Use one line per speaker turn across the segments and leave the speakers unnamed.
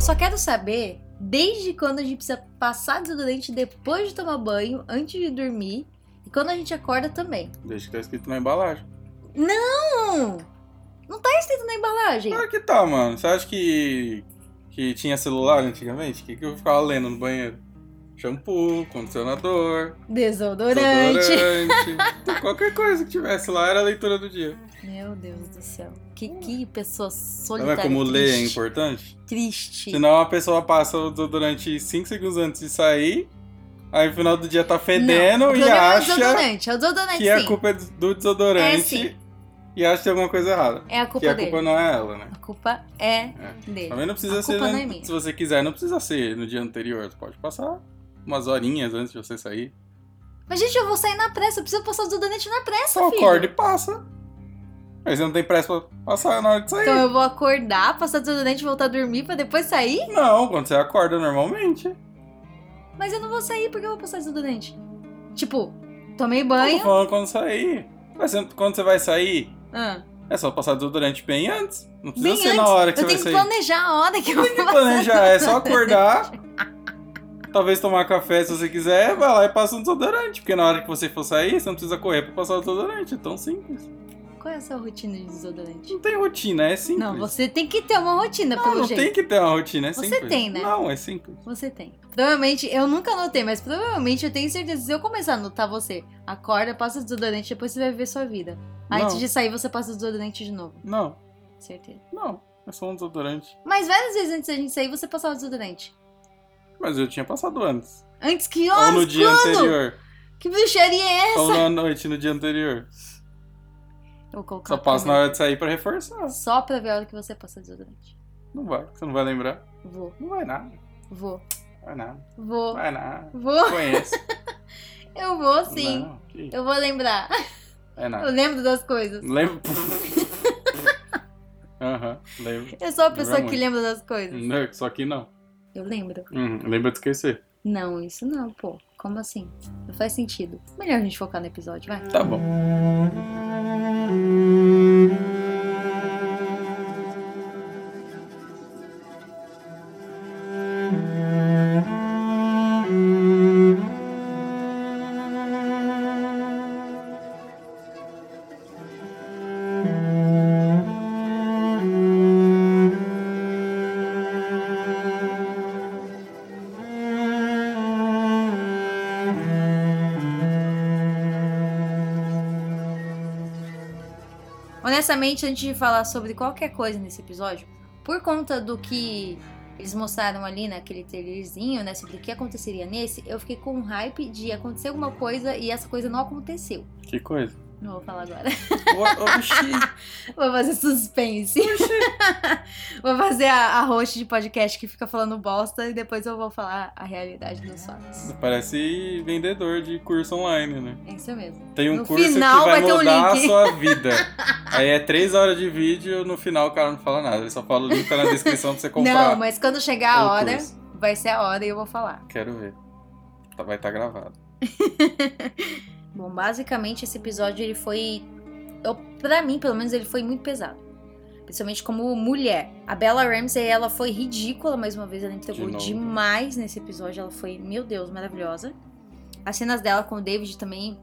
só quero saber desde quando a gente precisa passar desodorante depois de tomar banho, antes de dormir e quando a gente acorda também.
Desde que tá escrito na embalagem.
Não! Não tá escrito na embalagem.
Claro que tá, mano. Você acha que, que tinha celular antigamente? O que, que eu ficava lendo no banheiro? Shampoo, condicionador,
Desodorante.
desodorante. Então, qualquer coisa que tivesse lá era a leitura do dia.
Meu Deus do céu. Que, que pessoa
Não
solitária.
é como ler é
triste.
importante?
Triste.
Senão a pessoa passa o desodorante 5 segundos antes de sair, aí no final do dia tá fedendo
Não, o
e
problema É o
acha
desodorante, é o desodorante,
que a
sim.
culpa é do desodorante
É, sim.
e acha que tem alguma coisa errada.
É a
Que
culpa
a
dele.
culpa não é ela, né?
A culpa é dele.
Também não precisa
A
ser.
culpa
né?
não é minha.
se você quiser, não precisa ser no dia anterior. Você pode passar umas horinhas antes de você sair.
Mas, gente, eu vou sair na pressa. Eu preciso passar o desodorante na pressa,
Só
filho.
acorda e passa. Aí você não tem pressa pra passar na hora de sair.
Então eu vou acordar, passar o desodorante, voltar a dormir pra depois sair?
Não, quando você acorda normalmente.
Mas eu não vou sair porque eu vou passar desodorante. Tipo, tomei
Eu tô
banho.
falando quando sair. Mas você- quando você vai sair,
Ah,
É só passar desodorante bem antes. Não precisa
bem
ser
antes.
na hora que
eu
você vai
tenho que
sair.
planejar a hora que eu vou passar.
planejar, é só acordar. Talvez tomar café se você quiser, vai lá e passa um desodorante. Porque na hora que você for sair, você não precisa correr pra passar o desodorante. É tão simples.
Qual é a sua rotina de desodorante?
Não tem rotina, é simples.
Não, você tem que ter uma rotina,
Não,
pelo
não
jeito.
tem que ter uma rotina, é
Então, Você
simples.
tem, né?
Não, é simples.
Você tem. Provavelmente, eu nunca anotei, mas provavelmente eu tenho certeza. Se eu começar a anotar você, acorda, passa desodorante, depois você vai viver sua vida. Aí
Não.
antes de sair, você passa desodorante de novo.
Não,
Certeza.
não. É só um desodorante.
Mas várias vezes antes da gente sair, você passava desodorante.
Mas eu tinha passado antes.
Antes que
ou
horas,
no dia
quando?
anterior.
Que bruxaria é essa?
Ou na noite, no dia anterior.
Eu vou colocar
Só
a
passa na
câmera.
hora de sair pra reforçar.
Só pra ver a hora que você passa desodorante.
Não vai. Você não vai lembrar.
Vou,
Não vai nada.
vou,
Vai nada.
vou,
Vai nada.
vou.
Conheço.
Eu vou sim.
Não, que-
Eu vou lembrar.
É
Eu
nada.
lembro das coisas.
Lembro. Aham, lembro.
Eu sou a pessoa
Lembra
que
é muito.
lembra das coisas.
Não, Só que não.
Eu lembro.
Hum, lembra de esquecer.
Não, isso não, pô. Como assim? Não faz sentido. Melhor a gente focar no episódio, vai.
Tá bom.
Honestamente, antes de falar sobre qualquer coisa nesse episódio, por conta do que eles mostraram ali naquele trailerzinho, né, sobre o que aconteceria nesse, eu fiquei com um hype de acontecer alguma coisa e essa coisa não aconteceu.
Que coisa.
Não vou falar agora.
O- Oxi.
Vou fazer suspense. vou fazer a, a host de podcast que fica falando bosta e depois eu vou falar a realidade dos fatos.
Parece vendedor de curso online, né?
É isso mesmo.
Tem um
No
curso
final
que vai,
vai ter um
mudar
link.
a sua vida. Aí é três horas de vídeo, no final o cara não fala nada. Ele só fala o link tá na descrição pra você comprar.
Não, mas quando chegar a
o
hora,
curso.
vai ser a hora e eu vou falar.
Quero ver. Tá- Vai estar gravado.
Bom, basicamente esse episódio ele foi, eu, pra mim pelo menos ele foi muito pesado, principalmente como mulher. A Bella Ramsey ela foi ridícula mais uma vez, ela entregou
De novo.
demais nesse episódio, ela foi meu Deus maravilhosa. As cenas dela com o David também,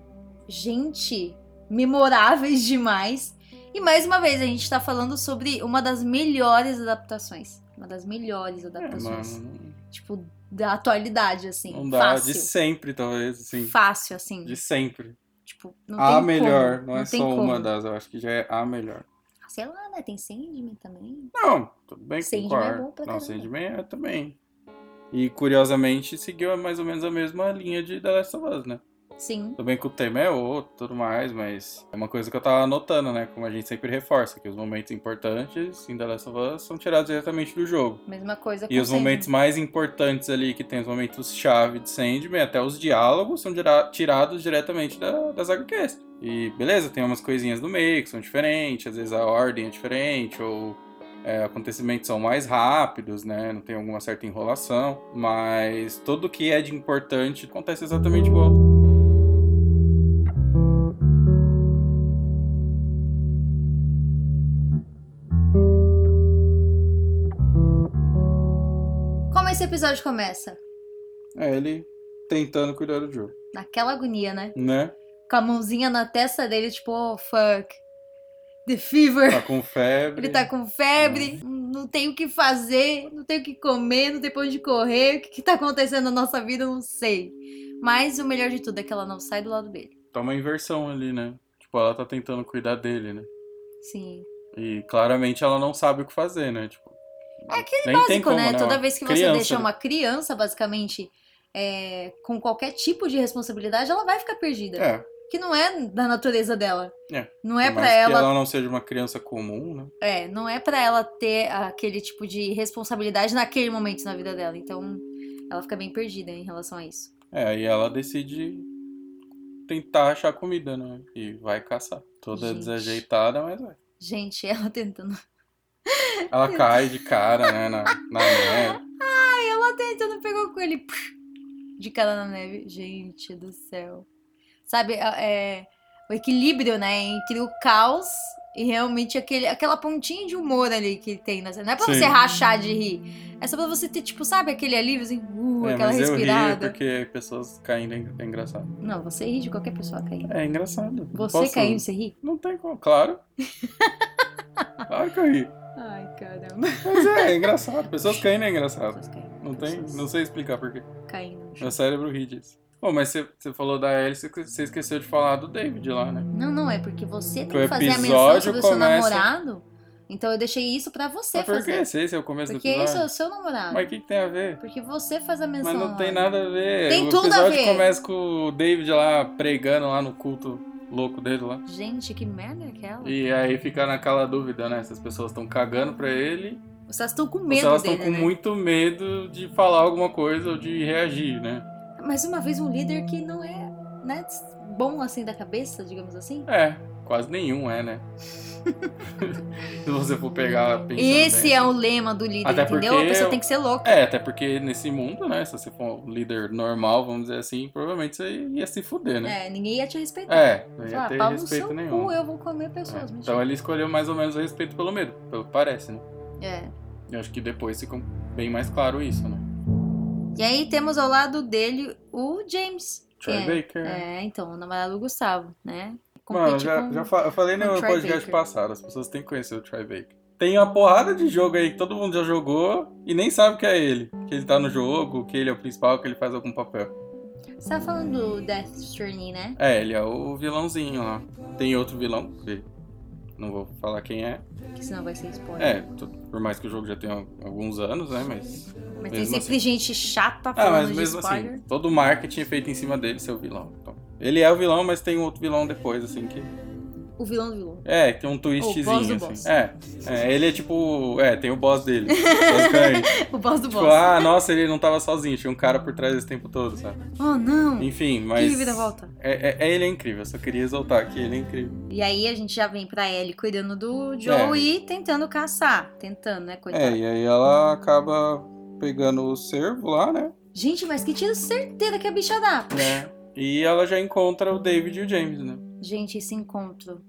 gente, memoráveis demais. E mais uma vez a gente tá falando sobre uma das melhores adaptações, uma das melhores
É,
adaptações,
mano.
tipo da atualidade assim,
Não dá.
fácil,
De sempre, talvez, assim.
fácil assim.
De sempre.
Tipo, não
a
tem
melhor.
como,
Não, é
tem
só uma
como.
das. Eu acho que já é a melhor.
Sei lá, né? Tem Sandman também.
Não, tudo bem,
Sandman
concordo.
é bom pra
não,
caramba.
Sandman é também. E curiosamente seguiu mais ou menos a mesma linha de The Last of Us, né?
Sim.
Tudo bem que o tema é outro, tudo mais, mas é uma coisa que eu tava anotando, né? Como a gente sempre reforça, que os momentos importantes em The Last of Us são tirados diretamente do jogo.
Mesma coisa com
E os
Sandman.
momentos mais importantes ali, que tem os momentos-chave de Sandman, até os diálogos, são dira- tirados diretamente da, das HQs. E beleza, tem umas coisinhas no meio que são diferentes, às vezes a ordem é diferente, ou é, acontecimentos são mais rápidos, né? Não tem alguma certa enrolação, mas tudo que é de importante acontece exatamente igual.
esse episódio começa?
É ele tentando cuidar do Joe,
Naquela agonia, né?
né?
Com a mãozinha na testa dele, tipo, oh, fuck. The fever.
Tá com febre.
Ele tá com febre, não tem o que fazer, não tem o que comer, não tem pra onde correr. O que, que tá acontecendo na nossa vida, eu não sei. Mas o melhor de tudo é que ela não sai do lado dele.
Tá uma inversão ali, né? Tipo, ela tá tentando cuidar dele, né?
Sim.
E claramente ela não sabe o que fazer, né? Tipo,
É aquele
nem tem
básico,
como,
né?
né?
Toda
Uma
vez que você
criança,
deixa
né?
uma criança, basicamente, é, com qualquer tipo de responsabilidade, ela vai ficar perdida.
É,
Que não é da natureza dela.
É.
Não é
por
pra
mais que
ela
ela não seja uma criança comum, né?
É, não é pra ela ter aquele tipo de responsabilidade naquele momento na vida dela. Então, ela fica bem perdida em relação a isso.
É, aí ela decide tentar achar comida, né? E vai caçar. Toda
Gente.
desajeitada, mas vai.
Gente, ela tentando,
Ela cai de cara, né? Na, na neve.
tentando pegar o coelho puf, de cara na neve. Gente do céu. Sabe, a- é, o equilíbrio, né, entre o caos e realmente aquele, aquela pontinha de humor ali que tem. Né? Não é pra
Sim.
você rachar de rir. É só pra você ter, tipo, sabe, aquele alívio, assim, uh,
É,
aquela
mas eu ri
respirada.
porque pessoas caindo é en- é engraçado.
Não, você ri de qualquer pessoa caindo.
É engraçado.
Você
Posso-
caindo, você ri?
Não tem como, claro. claro que eu ri.
Ai, caramba.
Mas é, é engraçado. Pessoas caindo é engraçado.
Pessoas caindo,
Não tem,
pessoas
não sei explicar por quê.
caindo no chão.
Meu cérebro ri disso. Pô, mas você você falou da Alice, você esqueceu de falar do David lá, né?
Não, não, é porque você tem
Que o
que fazer a menção
episódio
sobre o seu
começa-
namorado. Então eu deixei isso pra você
Mas por que
fazer.
esse? Esse é o começo
Porque
do
esse
episódio?
é o seu namorado.
Mas o que, que tem a ver?
Porque você faz a menção.
Mas não tem
lá.
nada a ver.
Tem
o
tudo a
episódio
ver.
começa com o David lá pregando lá no culto louco dele lá.
Gente, que merda é aquela?
E aí fica naquela dúvida, né? Se as pessoas estão cagando pra ele
Vocês estão com
ou se
medo
elas estão
dele,
com
né?
muito medo de falar alguma coisa ou de reagir, né?
Mais uma vez um líder que não é, né, bom assim da cabeça, digamos assim.
É, quase nenhum é, né? se você for pegar pensando
Esse
bem.
é o lema do líder,
Até
entendeu?
porque
A pessoa
eu-
tem que ser louca.
É, até porque nesse mundo, né? Se você for um líder normal, vamos dizer assim, provavelmente você ia se fuder, né?
É, ninguém ia te respeitar.
É, não
Falar,
ia ter
"Pau Ah, no
respeito
seu
nenhum.
cu, eu vou comer
É,
pessoas. mentira.
Então ele escolheu mais ou menos o respeito pelo medo, pelo que parece, né?
É.
Eu acho que depois ficou bem mais claro isso, né?
E aí temos ao lado dele o James. que
Troy
é-
Baker.
É, então, o namorado do Gustavo, né?
Mano,
Compete
já,
com-
já fa- eu falei
com
no
o Troy
podcast
Baker.
passado, as pessoas têm que conhecer o Troy Baker. Tem uma porrada de jogo aí que todo mundo já jogou e nem sabe que é ele. Que ele tá no jogo, que ele é o principal, que ele faz algum papel.
Você tá falando do Death Stranding, né?
É, ele é o vilãozinho lá. Tem outro vilão, que não vou falar quem é.
Que senão vai ser spoiler.
É, tu- por mais que o jogo já tenha alguns anos, né? Mas
mas tem
mesmo assim.
sempre gente chata
Ah,
falando
mas
de
mesmo
spoiler.
assim, todo o marketing é feito em cima dele ser o vilão. Então, ele é o vilão, mas tem um outro vilão depois, assim, que.
O vilão do vilão.
É, que tem um
O boss do
twistzinho,
boss.
assim. É, é, ele é tipo. É, tem o boss dele. basicamente.
O boss do
tipo,
boss.
ah, nossa, ele não tava sozinho, tinha um cara por trás esse tempo todo, sabe?
Oh, não!
Enfim,
Que
mas.
reviravolta.
É, é- é, ele é incrível, eu só queria exaltar que ele é incrível.
E aí a gente já vem pra Ellie cuidando do Joe
É.
e tentando caçar. Tentando, né, coitado.
É, e aí ela acaba pegando o cervo lá, né?
Gente, mas que tiro certeza que a bicha dá.
né? E ela já encontra o David e o James, né?
Gente, esse encontro.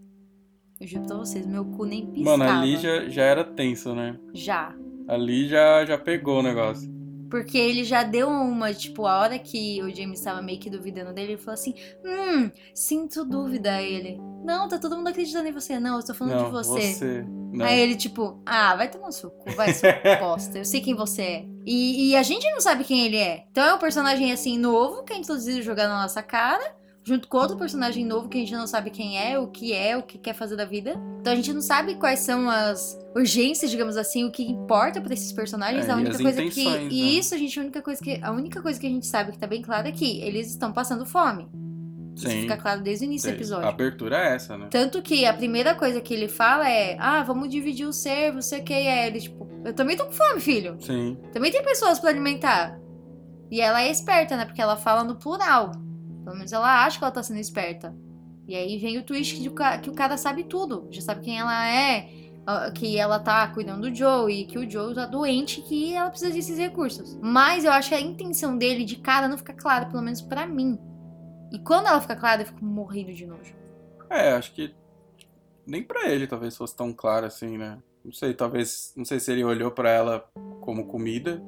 Eu juro pra vocês, meu cu nem piscava.
Mano, ali já, já era tenso, né?
Já.
Ali já, já pegou o negócio.
Porque ele já deu uma, tipo, a hora que o James estava meio que duvidando dele, ele falou assim: Hum, sinto dúvida. Aí ele: Não, tá todo mundo acreditando em você. Não, eu tô falando
não,
de você.
Não.
Aí ele, tipo, ah, vai tomar no seu cu, vai, seu bosta. Eu sei quem você é. E, e a gente não sabe quem ele é. Então é um personagem, assim, novo, que é introduzido jogando na nossa cara, junto com outro personagem novo que a gente não sabe quem é, o que é, o que quer fazer da vida. Então a gente não sabe quais são as urgências, digamos assim, o que importa pra esses personagens.
É,
a
e
única
as
coisa que.
intenções, né?
E isso, a gente, a única coisa que. A única coisa que a gente sabe que tá bem claro é que eles estão passando fome. Isso
Sim.
fica claro desde o início do
A
episódio.
abertura é essa, né?
Tanto que a primeira coisa que ele fala é: Ah, vamos dividir o servo, não sei o que. E aí ele, tipo, eu também tô com fome, filho.
Sim.
Também tem pessoas pra alimentar. E ela é esperta, né? Porque ela fala no plural. Pelo menos ela acha que ela tá sendo esperta. E aí vem o twist de o ca- que o cara sabe tudo. Já sabe quem ela é, ah, que ela tá cuidando do Joe e que o Joe tá doente e que ela precisa desses recursos. Mas eu acho que a intenção dele de cara não fica clara, pelo menos pra mim. E quando ela fica clara, eu fico morrendo de nojo.
É, acho que nem pra ele talvez fosse tão claro assim, né? Não sei, talvez, não sei se ele olhou pra ela como comida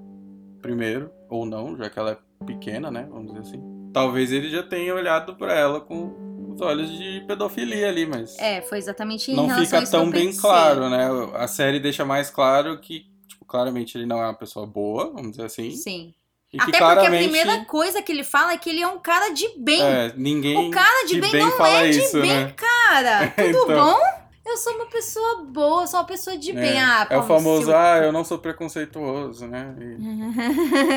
primeiro, ou não, já que ela é pequena, né? Vamos dizer assim. Talvez ele já tenha olhado pra ela com os olhos de pedofilia ali, mas
É, foi exatamente em
não
relação
fica
a isso que eu
tão bem
pensei.
claro, né? A série deixa mais claro que, tipo, claramente ele não é uma pessoa boa, vamos dizer assim.
Sim.
E
Até
que
porque a
claramente
primeira coisa que ele fala é que ele é um cara de bem.
é, ninguém
o cara de
de
bem,
bem
não
fala
é de
isso,
bem,
né?
cara. Tudo
Então.
bom? Eu sou uma pessoa boa, eu sou uma pessoa de
É,
bem. Ah,
é
pau
o
no
famoso,
seu-
ah, eu não sou preconceituoso, né? E,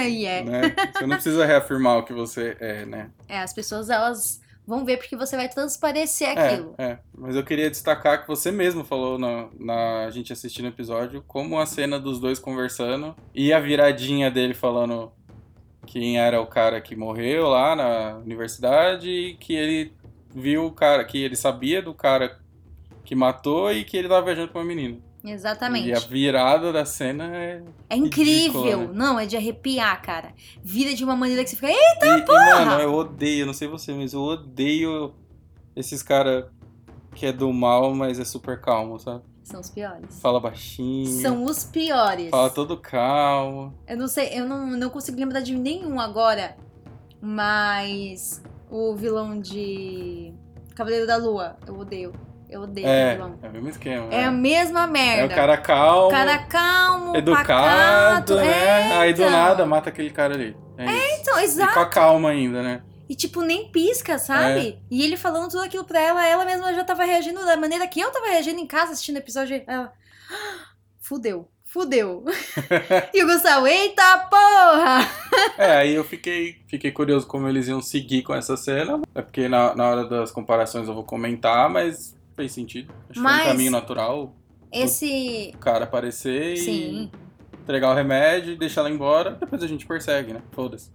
yeah.
né? Você não precisa reafirmar o que você é, né?
É, as pessoas elas vão ver porque você vai transparecer
É,
aquilo.
é. Mas eu queria destacar que você mesmo falou na, na a gente assistindo o episódio como a cena dos dois conversando e a viradinha dele falando quem era o cara que morreu lá na universidade e que ele viu o cara, que ele sabia do cara que matou e que ele tava viajando com uma menina.
Exatamente.
E a virada da cena é.
É incrível.
Ridícula, né?
Não, é de arrepiar, cara. Vira de uma maneira que você fica.
Tá e, e, mano, eu odeio, não sei você, mas eu odeio esses caras que é do mal, mas é super calmo, sabe?
São os piores.
Fala baixinho.
São os piores.
Fala todo calmo.
Eu não sei, eu não, não consigo lembrar de nenhum agora. Mas o vilão de Cavaleiro da Lua, eu odeio. Eu odeio o
É,
vilão.
é o mesmo esquema.
É a
né?
mesma
É o
merda.
cara calmo,
Cara calmo,
educado,
pacato.
né? Aí do
então.
nada mata aquele cara ali. É,
É,
isso.
então,
E
exato.
com a calma ainda, né?
E tipo, nem pisca, sabe?
É.
E ele falando tudo aquilo pra ela, ela mesma já tava reagindo da maneira que eu tava reagindo em casa assistindo o episódio. Ela. "Ah, Fudeu, fudeu. e o Gustavo, eita porra!
É, aí eu fiquei, fiquei curioso como eles iam seguir com essa cena. É porque na, na hora das comparações eu vou comentar, mas fez sentido. Acho que
Mas-
foi um caminho natural
Esse.
o cara aparecer
Sim,
e entregar o remédio e deixar ela embora. Depois a gente persegue, né? Foda-se.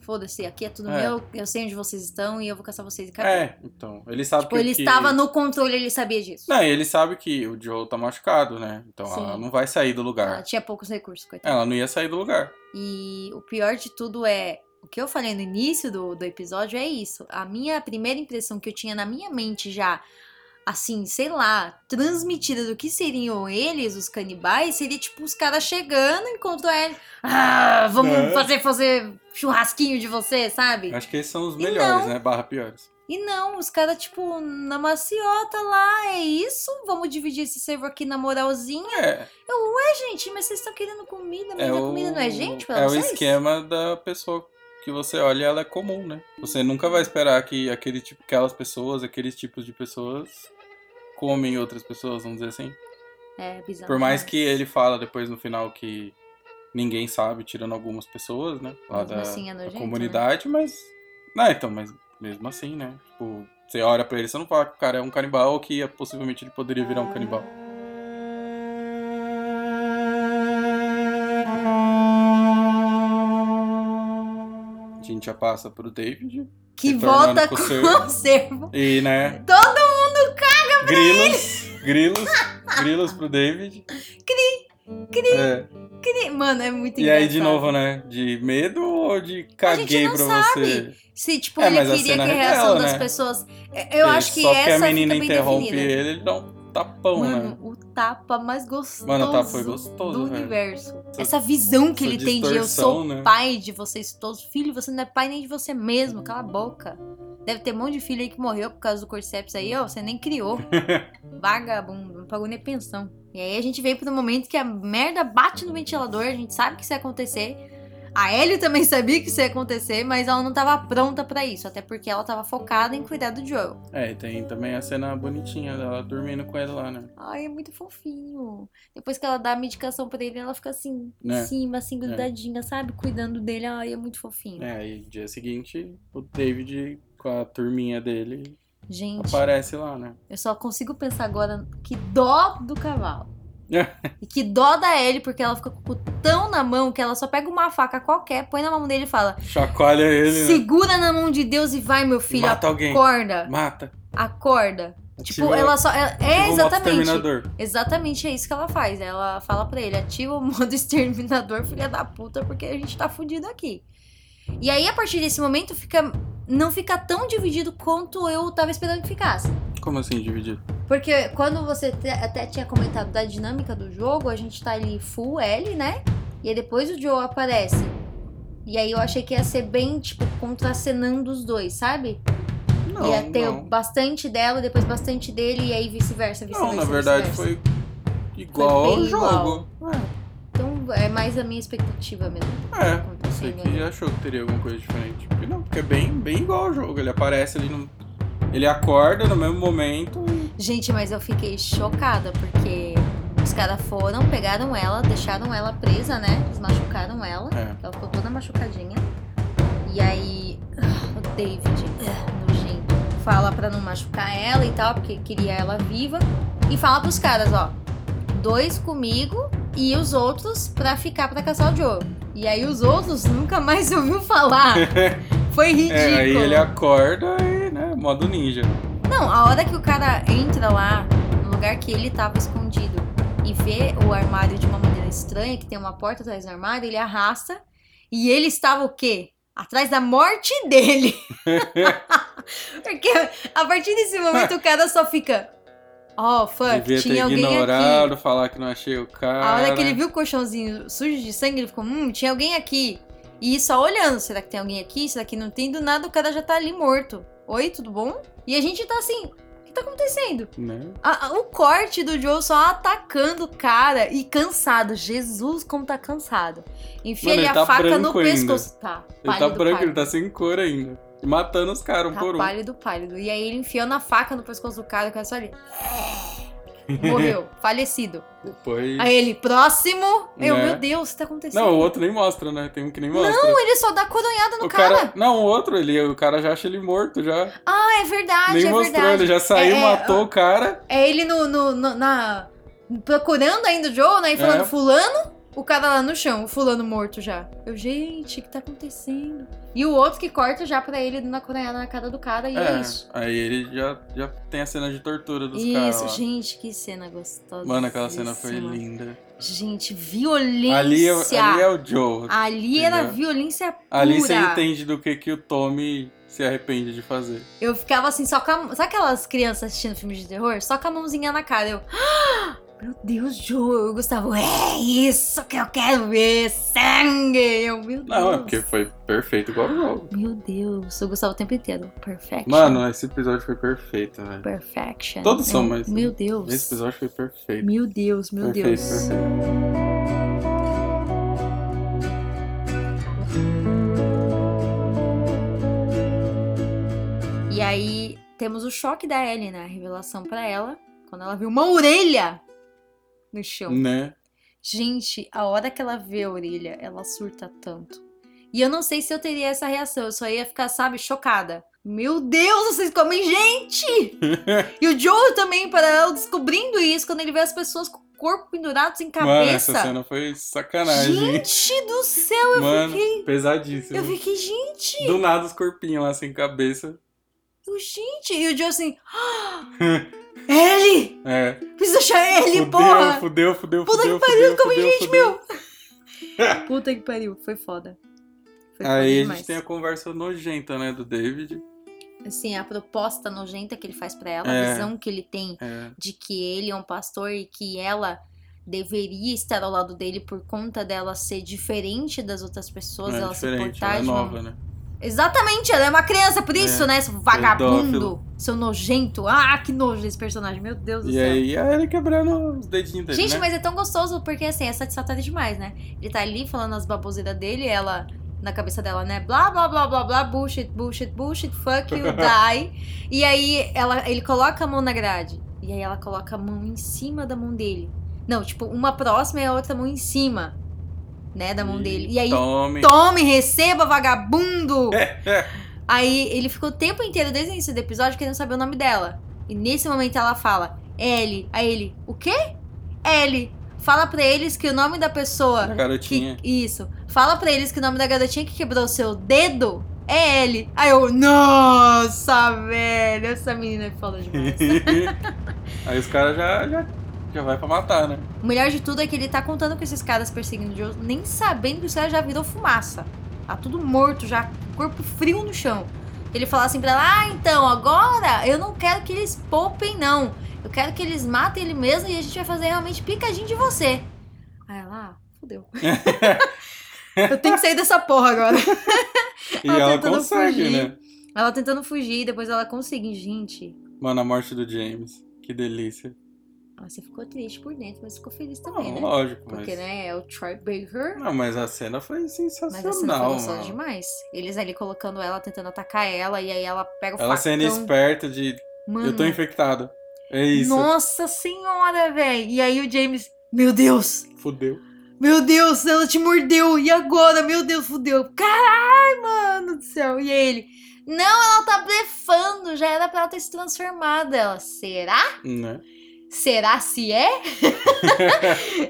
foda-se, aqui é tudo
É.
meu, eu sei onde vocês estão e eu vou caçar vocês e acabou.
É, então. Ele sabe
Tipo,
que.
ele
que- É.
estava no controle, ele sabia disso.
Não, e ele sabe que o Joe tá machucado, né? Então
Sim.
ela não vai sair do
Ela
lugar.
tinha poucos recursos, coitada.
Ela não ia sair do lugar.
E o pior de tudo é. O que eu falei no início do, do episódio é isso. A minha primeira impressão que eu tinha na minha mente já, assim, sei lá, transmitida do que seriam eles, os canibais, seria tipo os caras chegando, enquanto é. Ah, vamos
É.
fazer, fazer churrasquinho de você, sabe?
Acho que esses são os
E
melhores, né? Barra piores.
E não, os caras, tipo, na maciota lá, é isso, vamos dividir esse servo aqui na moralzinha.
É,
Ué, gente, mas vocês estão querendo comida, mas
é
a
o...
comida não é gente pra
é o
vocês?
esquema da pessoa que você olha ela é comum, né? Você nunca vai esperar que aquele tipo, aquelas pessoas, aqueles tipos de pessoas comem outras pessoas, vamos dizer assim.
É, bizarro.
Por mais
demais.
que ele fala depois no final que ninguém sabe, tirando algumas pessoas, né? Lá
Mesmo
da,
assim é
da
nojento,
comunidade, mas. Não, então, mas mesmo assim, né? Tipo, você olha pra ele, você não fala que o cara é um canibal ou que possivelmente ele poderia virar um canibal.
Ah.
A gente já passa pro David.
Que
retornando
volta
com
com
o cervo.
o cervo.
E, né?
Todo
Grilos, grilos, grilos pro David.
cri,
É.
cri. Mano, é muito
E aí, de
engraçado.
novo, né? De medo ou de
A gente
caguei
não
pra
sabe.
você?
Se, tipo,
É,
ele
mas a
queria que
cena
a reação
revela,
das
né?
pessoas... é, Eu
Ele-
acho que
Só
essa
que a menina
fica bem
interrompe
definida.
ele, ele dá um tapão,
Mano,
né?
o tapa mais gostoso
Mano, o tapa foi gostoso,
do
velho.
universo.
Essa-
Essa visão que
essa
ele tem de eu sou
distorção, né?
pai de vocês todos. Filho, você não é pai nem de você mesmo. Cala a boca. Deve ter um monte de filho aí que morreu por causa do cordyceps aí, ó. Você nem criou. Vagabundo, não pagou nem pensão. E aí a gente veio pro momento que a merda bate no ventilador, a gente sabe que isso ia acontecer. A Ellie também sabia que isso ia acontecer, mas ela não tava pronta pra isso, até porque ela tava focada em cuidar do Joel.
É, e tem também a cena bonitinha dela dormindo com ele lá, né?
Ai, é muito fofinho. Depois que ela dá a medicação pra ele, ela fica assim, em
Né?
cima, assim,
É.
grudadinha, sabe? Cuidando dele. Ai, é muito fofinho.
É, e dia seguinte, o David com a turminha dele
Gente,
aparece lá, né?
eu só consigo pensar agora que dó do cavalo.
É.
E que dó da Ellie, porque ela fica com o cu tão na mão que ela só pega uma faca qualquer, põe na mão dele e fala:
Chacoalha ele, né?
Segura na mão de Deus e vai, meu filho.
Mata alguém.
Acorda.
Mata.
Acorda. Tipo,
Ativa-
ela só. ela- é,
ativa o modo
exatamente.
exterminador.
Exatamente é isso que ela faz. Ela fala pra ele: ativa o modo exterminador, filha da puta, porque a gente tá fudido aqui. E aí, a partir desse momento, fica. Não fica tão dividido quanto eu tava esperando que ficasse.
Como assim, dividido?
Porque quando você te- até tinha comentado da dinâmica do jogo, a gente tá ali full L, né? E aí depois o Joe aparece. E aí eu achei que ia ser bem, tipo, contracenando os dois, sabe?
Não,
ia ter
não.
bastante dela, depois bastante dele, e aí vice-versa, vice-versa.
Não, na verdade
vice-versa.
foi igual
bem
ao jogo.
Então é mais a minha expectativa mesmo. do que tá
É, Você
acontecendo
que
ali.
achou que teria alguma coisa diferente. Porque não, porque é bem, bem igual ao jogo. Ele aparece ali no. Ele acorda no mesmo momento e.
Gente, mas eu fiquei chocada porque os caras foram, pegaram ela, deixaram ela presa, né? Eles machucaram ela.
É.
Ela ficou toda machucadinha. E aí, o David, ah, nojento, fala pra não machucar ela e tal, porque queria ela viva. E fala pros caras, ó, dois comigo e os outros pra ficar pra caçar o Joe. E aí os outros nunca mais ouviu falar. Foi ridículo.
É, aí ele acorda e, né, modo ninja.
Não, a hora que o cara entra lá, no lugar que ele tava escondido, e vê o armário de uma maneira estranha, que tem uma porta atrás do armário, ele arrasta. E ele estava o quê? Atrás da morte dele. Porque a partir desse momento o cara só fica. Oh, fuck,
Devia ter
tinha alguém aqui.
ignorado, falar que não achei o cara.
A hora que ele viu o colchãozinho sujo de sangue, ele ficou, hum, tinha alguém aqui. E só olhando, será que tem alguém aqui? Será que não tem? Do nada o cara já tá ali morto. Oi, tudo bom? E a gente tá assim, o que tá acontecendo?
Né?
A- a- o corte do Joe só atacando o cara e cansado. Jesus, como tá cansado. Enfia
Mano,
ali
ele
a
tá
faca no
branco ainda.
pescoço. Tá,
Ele tá
pálido,
branco,
pálido.
ele tá sem cor ainda. E matando os caras um
Tá
por um.
pálido, pálido. E aí ele enfiando a faca no pescoço do cara, o cara só ali. Morreu, falecido.
Depois.
Aí ele, próximo. Eu,
Né?
meu Deus, o que tá acontecendo?
Não, o outro nem mostra, né? Tem um que nem
Não,
mostra.
Ele só dá coronhada no
o
cara.
Não, o outro, ele, o cara já acha ele morto já.
Ah, é verdade,
nem
é
mostrou, ele
verdade.
já saiu,
É, é,
matou o cara.
É ele no, no- no- na... procurando ainda o Joe, né? E falando,
É.
fulano, o cara lá no chão, o fulano morto já. Eu, gente, o que tá acontecendo? E o outro que corta já pra ele dando a coronhada na cara do cara, e é, isso.
Aí ele já, já tem a cena de tortura um dos caras.
Isso,
lá.
gente, que cena gostosa.
Mano, aquela cena foi linda.
Gente, violência.
Ali, é- ali é o Joe.
Ali era
entendeu?
violência pura.
Ali você entende do que, que o Tommy se arrepende de fazer.
Eu ficava assim, só com a... Sabe aquelas crianças assistindo filme de terror? Só com a mãozinha na cara. Eu... "Ah, Meu Deus, Joe. Eu, Gustavo, é isso que eu quero ver. Sangue. Eu, meu Deus.
Não, é porque foi perfeito igual o jogo.
Meu Deus. Eu gostava o tempo inteiro. Perfection.
Mano, esse episódio foi perfeito, velho.
Perfection.
Todos são,
Eu-
mas-
Meu Deus.
Esse episódio foi perfeito.
Meu Deus, meu
perfeito,
Deus.
perfeito.
E aí temos o choque da Ellie, né? A revelação pra ela. Quando ela viu uma orelha no chão.
Né?
Gente, a hora que ela vê a orelha, ela surta tanto. E eu não sei se eu teria essa reação, eu só ia ficar, sabe, chocada. Meu Deus, vocês comem gente! e o Joe também, para ela, descobrindo isso, quando ele vê as pessoas com o corpo pendurado sem
Mano, essa
cabeça.
cena foi sacanagem. hein?
gente do céu, eu
Mano,
fiquei.
pesadíssimo.
Eu fiquei, gente,
Do nada os corpinhos lá sem cabeça.
gente. E o Joe assim. "Ah, ele!
É.
Preciso achar ele,
fudeu,
porra!
fudeu, fudeu,
Puta
fudeu,
que pariu,
fudeu,
como
fudeu,
gente,
fudeu.
meu! Puta que pariu, foi foda. Foi foda
Aí a
demais.
gente tem a conversa nojenta, né, do David.
assim, a proposta nojenta que ele faz pra ela, a
É.
visão que ele tem
É.
de que ele é um pastor e que ela deveria estar ao lado dele por conta dela ser diferente das outras pessoas,
é
ela se
diferente,
portar
ela é
de uma-
nova, né?
Exatamente, ela é uma criança, por isso, né? Seu vagabundo,
pedófilo.
seu nojento. Ah, que nojo desse personagem, meu Deus do
E
céu.
aí a Ellie quebrando os dedinhos dele,
Gente,
né?
mas é tão gostoso porque assim, é satisfatório demais, né? Ele tá ali falando as baboseiras dele, ela na cabeça dela, né? Blá blá blá blá blá, bullshit, bullshit, bullshit, fuck you, die. e aí ela, ele coloca a mão na grade. E aí ela coloca a mão em cima da mão dele. Não, tipo, uma próxima e a outra mão em cima, né? Da mão dele. E aí,
Tome.
tome, receba, vagabundo! Aí ele ficou o tempo inteiro, desde o início do episódio, querendo saber o nome dela. E nesse momento ela fala, Ellie. Aí ele, o quê? Ellie. Fala pra eles que o nome da
Da
pessoa. Que,
garotinha.
isso. Fala pra eles que o nome da garotinha que quebrou o seu dedo é Ellie. Aí eu, nossa, velho. Essa menina que falou demais.
aí os caras já, já, já vai pra matar, né?
O melhor de tudo é que ele tá contando com esses caras perseguindo o Joe, nem sabendo que o cara já virou fumaça. Tá tudo morto, já corpo frio no chão. Ele fala assim pra ela: Ah, então, agora eu não quero que eles poupem, não. Eu quero que eles matem ele mesmo e a gente vai fazer realmente picadinho de você. Aí ela, ah, fudeu. Eu tenho que sair dessa porra agora.
E
Ela
ela
tentando
consegue,
fugir.
né?
Ela tentando fugir, depois ela consegue. Gente,
Mano, a morte do James. Que delícia.
ah, você ficou triste por dentro, mas ficou feliz também,
Não,
né?
lógico, mas...
Porque, né, é o Troy Baker.
Não, mas a cena foi
Mas essa não foi
sensacional,
gostosa
mano.
demais. Eles ali colocando ela, tentando atacar ela, e aí ela pega o
Ela
facão. Uhum.
sendo esperta de...
Mano,
Eu tô infectada. É isso.
Nossa senhora, velho. E aí o James, meu Deus,
Fudeu.
meu Deus, ela te mordeu. E agora, meu Deus, fudeu. Caralho, mano do céu. E ele, não, ela tá blefando. Já era pra ela ter se transformado. Ela, será?
Né?
Será se é?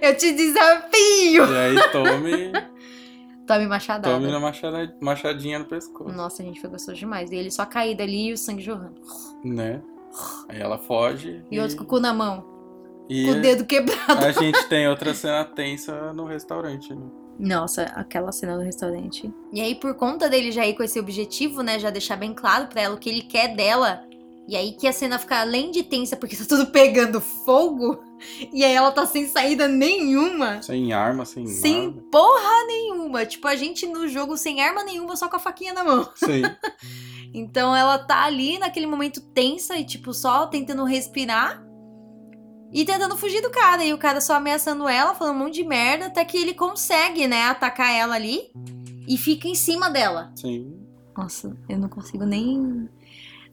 Eu te desafio.
E aí tome,
Tome machadada.
tome na machada- machadinha no pescoço.
Nossa, gente, foi gostoso demais. E ele só caído ali e o sangue jorrando.
Né? Aí ela foge.
E outro com o cu na mão,
e
com o dedo quebrado.
a gente tem outra cena tensa no restaurante, né?
Nossa, aquela cena do restaurante. E aí, por conta dele já ir com esse objetivo, né? Já deixar bem claro pra ela o que ele quer dela. E aí que a cena fica além de tensa, porque tá tudo pegando fogo. E aí ela tá sem saída nenhuma.
Sem arma, sem
Sem
nada.
porra nenhuma. Tipo, a gente no jogo sem arma nenhuma, só com a faquinha na mão.
Sim.
Então ela tá ali naquele momento tensa e, tipo, só tentando respirar e tentando fugir do cara. E o cara só ameaçando ela, falando um monte de merda, até que ele consegue, né, atacar ela ali e fica em cima dela.
Sim.
Nossa, eu não consigo nem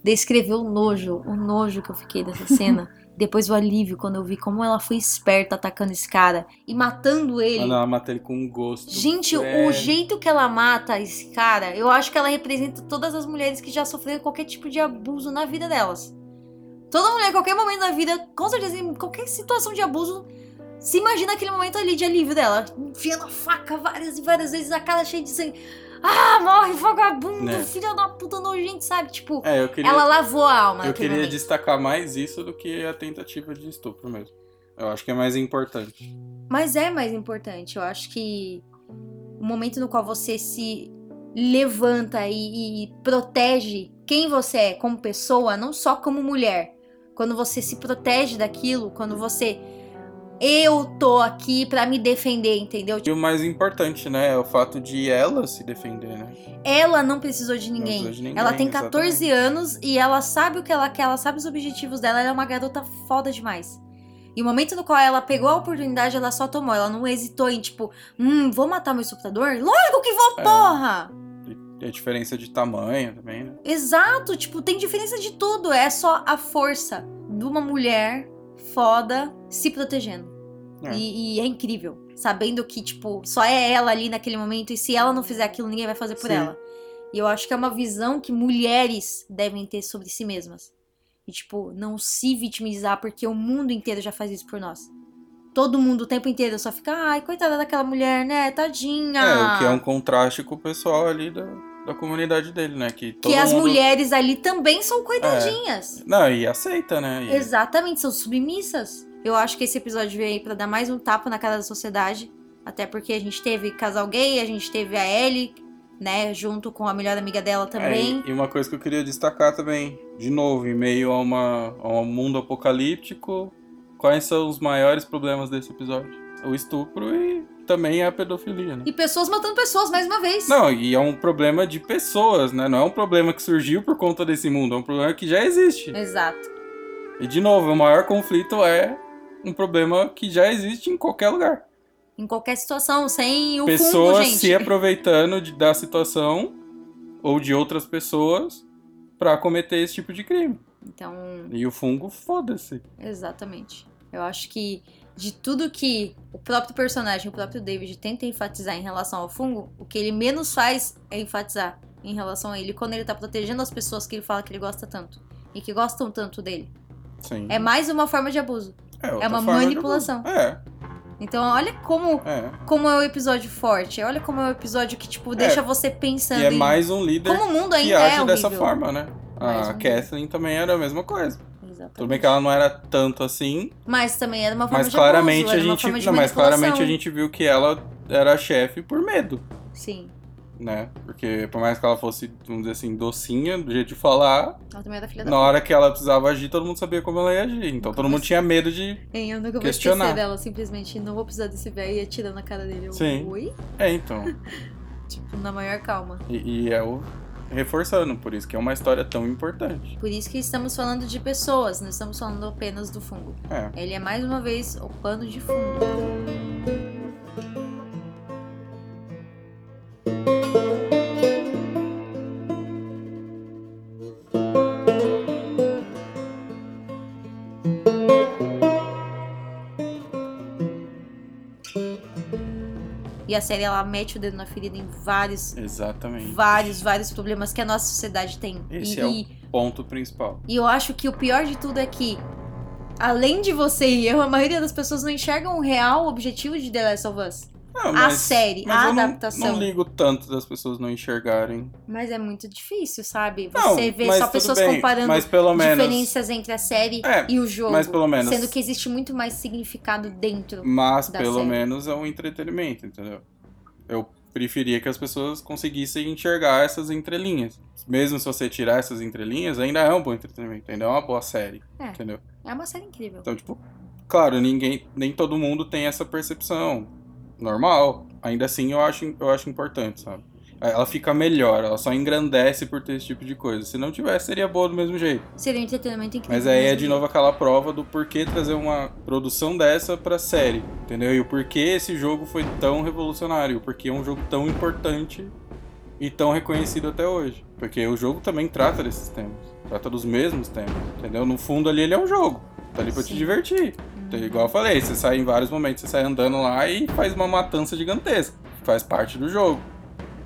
descrever o nojo, o nojo que eu fiquei dessa cena. Depois o alívio quando eu vi como ela foi esperta atacando esse cara e matando ele.
Mano, ela mata ele com um gosto.
Gente, o
É.
jeito que ela mata esse cara, eu acho que ela representa todas as mulheres que já sofreram qualquer tipo de abuso na vida delas. Toda mulher, em qualquer momento da vida, com certeza, em qualquer situação de abuso, se imagina aquele momento ali de alívio dela. Enfiando a faca várias e várias vezes, a cara cheia de sangue. Ah, morre, vagabundo,
Né.
filha da puta nojento, sabe? Tipo,
É, eu queria,
ela lavou a alma
eu
naquele
queria
momento.
destacar mais isso do que a tentativa de estupro mesmo. Eu acho que é mais importante.
Mas é mais importante, eu acho que o momento no qual você se levanta e, e protege quem você é como pessoa, não só como mulher. Quando você se protege daquilo, quando você. Eu tô aqui pra me defender, entendeu? Tipo,
E o mais importante, né? É o fato de ela se defender, né?
Ela não precisou de ninguém.
precisou de ninguém,
ela tem 14 anos e ela sabe o que ela quer, ela sabe os objetivos dela, ela é uma garota foda demais. E o momento no qual ela pegou a oportunidade, ela só tomou. Ela não hesitou em, tipo, hum, vou matar meu estuprador? Lógico que vou,
É.
porra!
E a diferença de tamanho também, né?
Exato, tipo, tem diferença de tudo. É só a força de uma mulher foda se protegendo.
É.
E, e é incrível. Sabendo que, tipo, só é ela ali naquele momento e se ela não fizer aquilo, ninguém vai fazer por
Sim.
ela. E eu acho que é uma visão que mulheres devem ter sobre si mesmas. E, tipo, não se vitimizar porque o mundo inteiro já faz isso por nós. Todo mundo o tempo inteiro só fica, ai, coitada daquela mulher, né? Tadinha.
É, o que é um contraste com o pessoal ali da, da comunidade dele, né? Que, todo
Que as
mundo- É.
mulheres ali também são coitadinhas.
Não, e aceita, né? E-
Exatamente, são submissas. Eu acho que esse episódio veio aí pra dar mais um tapa na cara da sociedade. Até porque a gente teve casal gay, a gente teve a Ellie, né? Junto com a melhor amiga dela também.
É, e uma coisa que eu queria destacar também, de novo, em meio a, uma, a um mundo apocalíptico, quais são os maiores problemas desse episódio? O estupro e também a pedofilia, né?
E pessoas matando pessoas mais uma vez.
Não, e é um problema de pessoas, né? Não é um problema que surgiu por conta desse mundo, é um problema que já existe.
Exato.
E de novo, o maior conflito é um problema que já existe em qualquer lugar.
Em qualquer situação, sem o
pessoas
fundo, gente.
se aproveitando de, da situação ou de outras pessoas pra cometer esse tipo de crime.
Então,
E o fungo, foda-se.
exatamente. Eu acho que de tudo que o próprio personagem, o próprio David, tenta enfatizar em relação ao fungo, o que ele menos faz é enfatizar em relação a ele quando ele tá protegendo as pessoas que ele fala que ele gosta tanto e que gostam tanto dele.
Sim. É
É mais uma forma de abuso.
outra
uma
forma de
manipulação.
abuso. É,
Então, olha como
é.
como é o episódio forte, olha como é o episódio que tipo deixa você pensando
E é
em
mais um líder
como o mundo
que
ainda é
age
horrível.
dessa forma, né?
Mais
A
um
Kathleen também era a mesma coisa.
Exatamente.
Tudo bem que ela não era tanto assim,
Mas também era uma forma
mas
de
claramente
abuso,
a
era uma
gente.
forma de
não, mas
manipulação.
claramente a gente viu que ela era a chefe por medo.
Sim.
né? Porque por mais que ela fosse, vamos dizer assim, docinha, do jeito de falar,
Ela também era filha da
na hora que ela precisava agir, todo mundo sabia como ela ia agir. Então todo mundo tinha medo de.
Hein, eu nunca vou
Questionar.
esquecer dela, simplesmente não vou precisar desse velho e atirando na cara dele. Eu,
Sim.
Oi?
É, então.
Tipo, na maior calma.
E, e é o. Reforçando, por isso que é uma história tão importante.
Por isso que estamos falando de pessoas, não estamos falando apenas do fungo.
É.
Ele é mais uma vez o pano de fundo. E a série ela mete o dedo na ferida em vários,
Exatamente.
vários, vários problemas que a nossa sociedade tem.
Esse
e,
é o-
e-
Ponto principal.
e eu acho que o pior de tudo é que, além de você e eu, a maioria das pessoas não enxergam o real objetivo de The Last of Us.
Não,
a série,
Ah, mas
a
eu não-
adaptação.
Não, ligo tanto das pessoas não enxergarem.
Mas é muito difícil, sabe?
Não,
Você vê
mas
só
tudo
pessoas
bem,
comparando
mas pelo menos,
diferenças entre a série
É,
e o jogo.
mas pelo menos-
Sendo que existe muito mais significado dentro.
Mas
da
pelo
série.
menos é um entretenimento, entendeu? Eu preferia que as pessoas conseguissem enxergar essas entrelinhas. Mesmo se você tirar essas entrelinhas, ainda é um bom entretenimento, ainda é uma boa série,
É.
entendeu?
É uma série incrível.
Então, tipo, claro, ninguém, nem todo mundo tem essa percepção. Normal. Ainda assim, eu acho, eu acho importante, sabe? Ela fica melhor, ela só engrandece por ter esse tipo de coisa. Se não tivesse, seria boa do mesmo jeito.
Seria um entretenimento incrível.
Mas aí é
mesmo.
de novo aquela prova do porquê trazer uma produção dessa pra série, entendeu? E o porquê esse jogo foi tão revolucionário, o porquê é um jogo tão importante e tão reconhecido até hoje. Porque o jogo também trata desses temas, trata dos mesmos temas, entendeu? No fundo ali ele é um jogo, tá ali pra te
Sim. Uhum.
divertir. Então, igual eu falei, você sai em vários momentos, você sai andando lá e faz uma matança gigantesca, faz parte do jogo.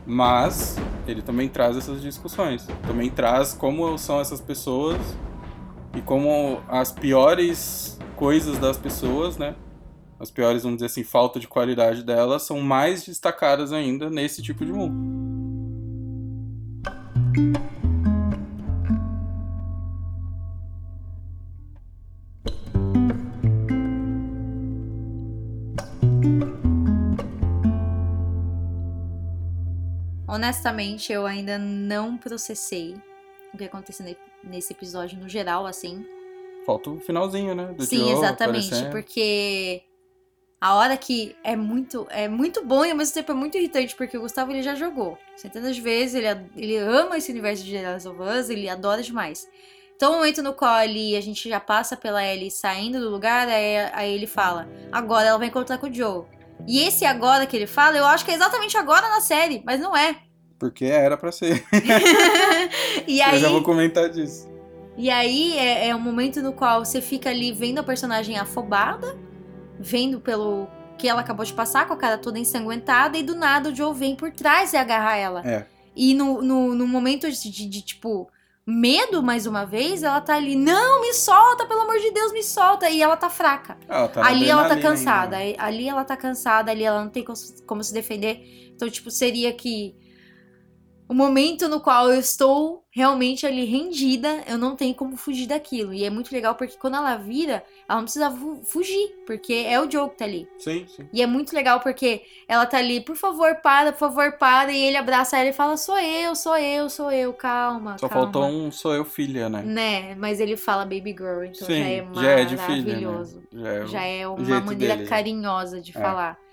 Mas ele também traz essas discussões, também traz como são essas pessoas e como as piores coisas das pessoas, né? As piores, vamos dizer assim, falta de qualidade delas são mais destacadas ainda nesse tipo de mundo.
Honestamente, eu ainda não processei o que aconteceu ne- nesse episódio no geral, assim.
Falta o finalzinho, né? Do
Sim,
Joe
exatamente,
aparecendo.
porque a hora que é muito é muito bom e ao mesmo tempo é muito irritante, porque o Gustavo ele já jogou centenas de vezes, ele, a- ele ama esse universo de The Last of Us, ele adora demais. Então, o momento no qual ele, a gente já passa pela Ellie saindo do lugar, aí, aí ele fala: agora ela vai encontrar com o Joe. E esse agora que ele fala, eu acho que é exatamente agora na série, mas não é.
Porque era pra ser.
E aí.
Eu já vou comentar disso.
E aí é, é um momento no qual você fica ali vendo a personagem afobada, vendo pelo que ela acabou de passar, com a cara toda ensanguentada, e do nada o Joe vem por trás e agarra ela.
É.
E no, no, no momento de, de- de, tipo. Medo, mais uma vez, ela tá ali, não, me solta, pelo amor de Deus, me solta. E ela tá fraca.
Ela tá na
ali ela tá
adrenalina
cansada,
ainda. né?
aí- ali ela tá cansada, ali ela não tem cons- como se defender. Então, tipo, seria que o momento no qual eu estou realmente ali rendida, eu não tenho como fugir daquilo. E é muito legal porque quando ela vira, ela não precisa fu- fugir, porque é o Joe que tá ali.
Sim, sim.
E é muito legal porque ela tá ali, por favor, para, por favor, para. E ele abraça ela e fala: sou eu, sou eu, sou eu, calma.
Só
tá calma.
faltou um sou eu filha, né?
Né, mas ele fala baby girl, então
sim,
já é
já é de
maravilhoso
filha, né? Já é.
já é uma
jeito
maneira
dele.
carinhosa de
É.
falar.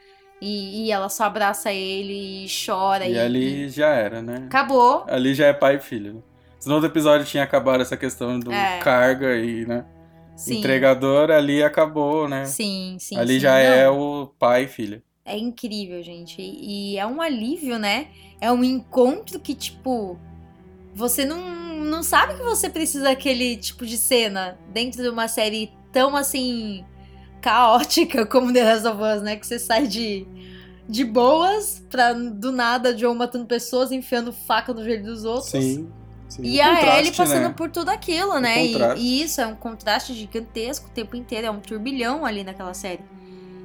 E, e ela só abraça ele e chora.
E ali já era, né?
Acabou.
Ali já é pai e filho, né? Senão do episódio tinha acabado essa questão do
É.
carga e, né?
Sim.
Entregador ali acabou, né?
Sim, sim.
ali
sim.
já é
Não,
o pai e filha.
É incrível, gente. E e é um alívio, né? É um encontro que, tipo. Você não, não sabe que você precisa daquele tipo de cena dentro de uma série tão assim. caótica como The Last of Us, né? Que você sai de. De boas, pra do nada Joe matando pessoas, enfiando faca no joelho dos outros.
sim.
E
O
a
contraste,
Ellie passando
né?
por tudo aquilo, né? E,
contraste.
e isso é um contraste gigantesco o tempo inteiro, é um turbilhão ali naquela série.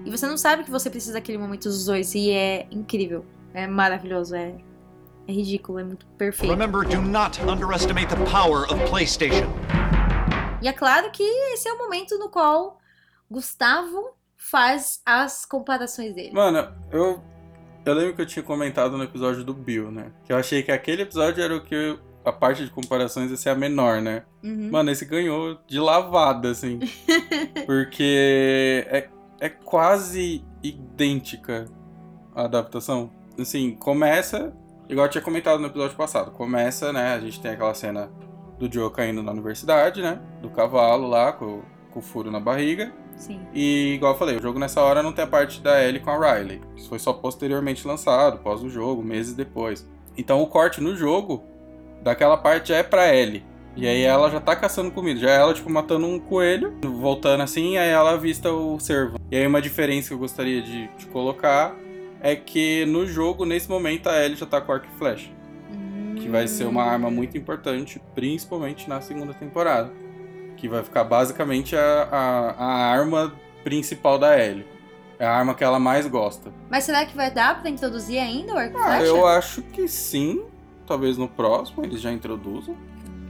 E você não sabe que você precisa daquele momento dos dois, e é incrível, é maravilhoso, é, é ridículo, é muito perfeito.
Remember, do not underestimate the power of PlayStation.
E é claro que esse é o momento no qual Gustavo faz as comparações dele.
Mano, eu. Eu lembro que eu tinha comentado no episódio do Bill, né? Que eu achei que aquele episódio era o que eu- a parte de comparações ia ser a menor, né?
Uhum.
Mano, esse ganhou de lavada, assim. porque é, é quase idêntica a adaptação. Assim, começa, igual eu tinha comentado no episódio passado, começa, né? A gente tem aquela cena do Joe caindo na universidade, né? Do cavalo lá, com, com o furo na barriga.
Sim.
E, igual eu falei, o jogo nessa hora não tem a parte da Ellie com a Riley. Isso foi só posteriormente lançado, pós o jogo, meses depois. Então o corte no jogo daquela parte já é pra Ellie. E aí ela já tá caçando comida, já é ela, tipo, matando um coelho, voltando assim, aí ela avista o servo. E aí uma diferença que eu gostaria de, de colocar é que no jogo, nesse momento, a Ellie já tá com arco e flecha. Que vai ser
Uhum.
uma arma muito importante, principalmente na segunda temporada. Que vai ficar basicamente a, a, a arma principal da Ellie. É a arma que ela mais gosta.
Mas será que vai dar pra introduzir ainda o arco e
Ah,
flecha?
eu acho que sim. Talvez no próximo eles já introduzam.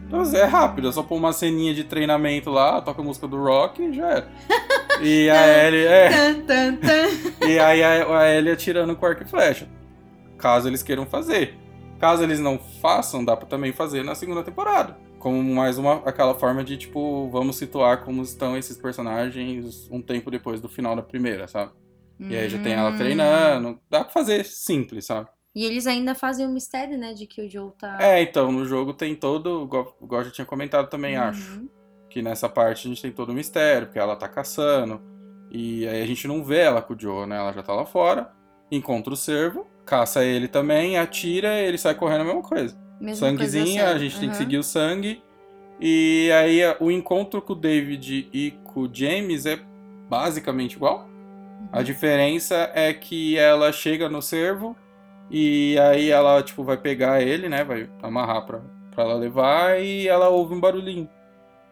Mas é rápido, é só pôr uma ceninha de treinamento lá, toca a música do rock e já era. E a Ellie. É.
Tan, tan, tan.
E aí a, a Ellie atirando com arco e flecha. Caso eles queiram fazer. Caso eles não façam, dá pra também fazer na segunda temporada. Como mais uma aquela forma de, tipo, vamos situar como estão esses personagens um tempo depois do final da primeira, sabe? E aí já tem ela
Hum.
treinando. Dá pra fazer simples, sabe?
E eles ainda fazem o mistério, né? De que o Joe tá.
É, então, no jogo tem todo. igual- Igual eu já tinha comentado também, acho.
Uhum.
que nessa parte a gente tem todo o mistério, porque ela tá caçando, e aí a gente não vê ela com o Joe, né? Ela já tá lá fora, encontra o servo, caça ele também, atira, ele sai correndo a mesma coisa.
Mesma
Sanguezinho,
coisa
a gente tem que
Uhum.
seguir o sangue. E aí a- o encontro com o David e com o James é basicamente igual. A diferença é que ela chega no servo e aí ela, tipo, vai pegar ele, né? Vai amarrar pra, pra ela levar e ela ouve um barulhinho.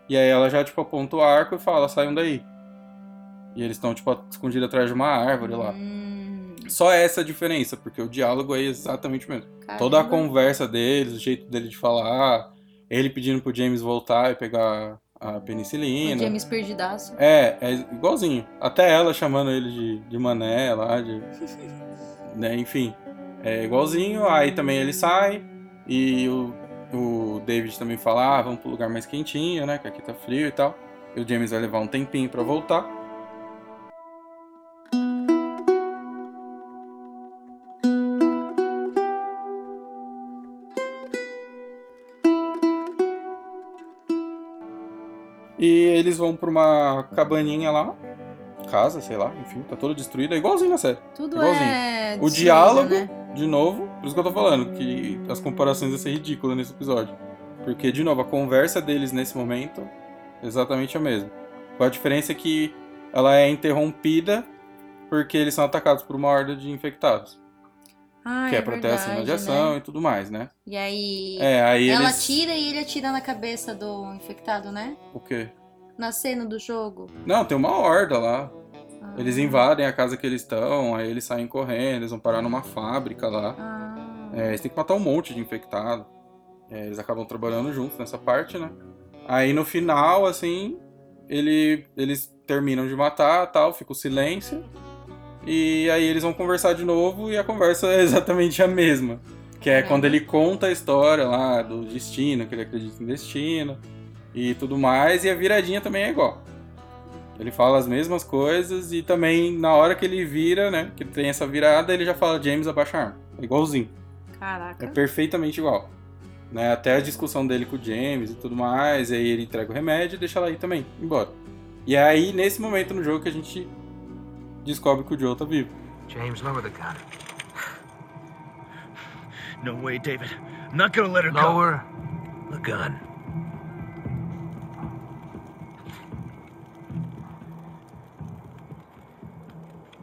E aí ela já, tipo, aponta o arco e fala, saiam daí. E eles estão, tipo, escondidos atrás de uma árvore lá.
Hum,
Só essa é a diferença, porque o diálogo é exatamente o mesmo. Toda a
caramba.
conversa deles, o jeito dele de falar, ele pedindo pro James voltar e pegar a
O
penicilina.
James perdidaço.
É, é igualzinho. Até ela chamando ele de, de mané lá, de. né, enfim. É igualzinho, aí também ele sai e o, o David também fala: ah, vamos pro lugar mais quentinho, né? Que aqui tá frio e tal. E o James vai levar um tempinho pra voltar. E eles vão pra uma cabaninha lá, casa, sei lá, enfim, tá toda destruída, é igualzinho na série.
Tudo
Igualzinho.
é.
O
destruído,
diálogo,
né?
de novo, por isso que eu tô falando, que as comparações iam ser ridículas nesse episódio. Porque, de novo, a conversa deles nesse momento é exatamente a mesma. Com a diferença é que ela é interrompida porque eles são atacados por uma horda de infectados.
Ah,
que é,
é
pra ter a
verdade,
radiação
né?
e tudo mais, né?
E aí.
É, aí
ela
eles...
atira e ele atira na cabeça do infectado, né?
O quê?
Na cena do jogo.
Não, tem uma horda lá.
Ah.
Eles invadem a casa que eles estão, aí eles saem correndo, eles vão parar numa fábrica lá.
Ah.
É, eles têm que matar um monte de infectado. É, eles acabam trabalhando juntos nessa parte, né? Aí no final, assim, ele, eles terminam de matar tal, fica o silêncio. E aí eles vão conversar de novo e a conversa é exatamente a mesma. Que é
É.
quando ele conta a história lá do destino, que ele acredita em destino e tudo mais. E a viradinha também é igual. Ele fala as mesmas coisas e também na hora que ele vira, né? Que tem essa virada, ele já fala James abaixa a arma. É igualzinho. É
Caraca.
perfeitamente igual. Né? Até a discussão dele com o James e tudo mais, e aí ele entrega o remédio e deixa ela aí também, embora. E é aí, nesse momento no jogo, que a gente descobre que o Joe tá vivo.
James, lower the gun.
No way, David. I'm not gonna let her
Lower the gun.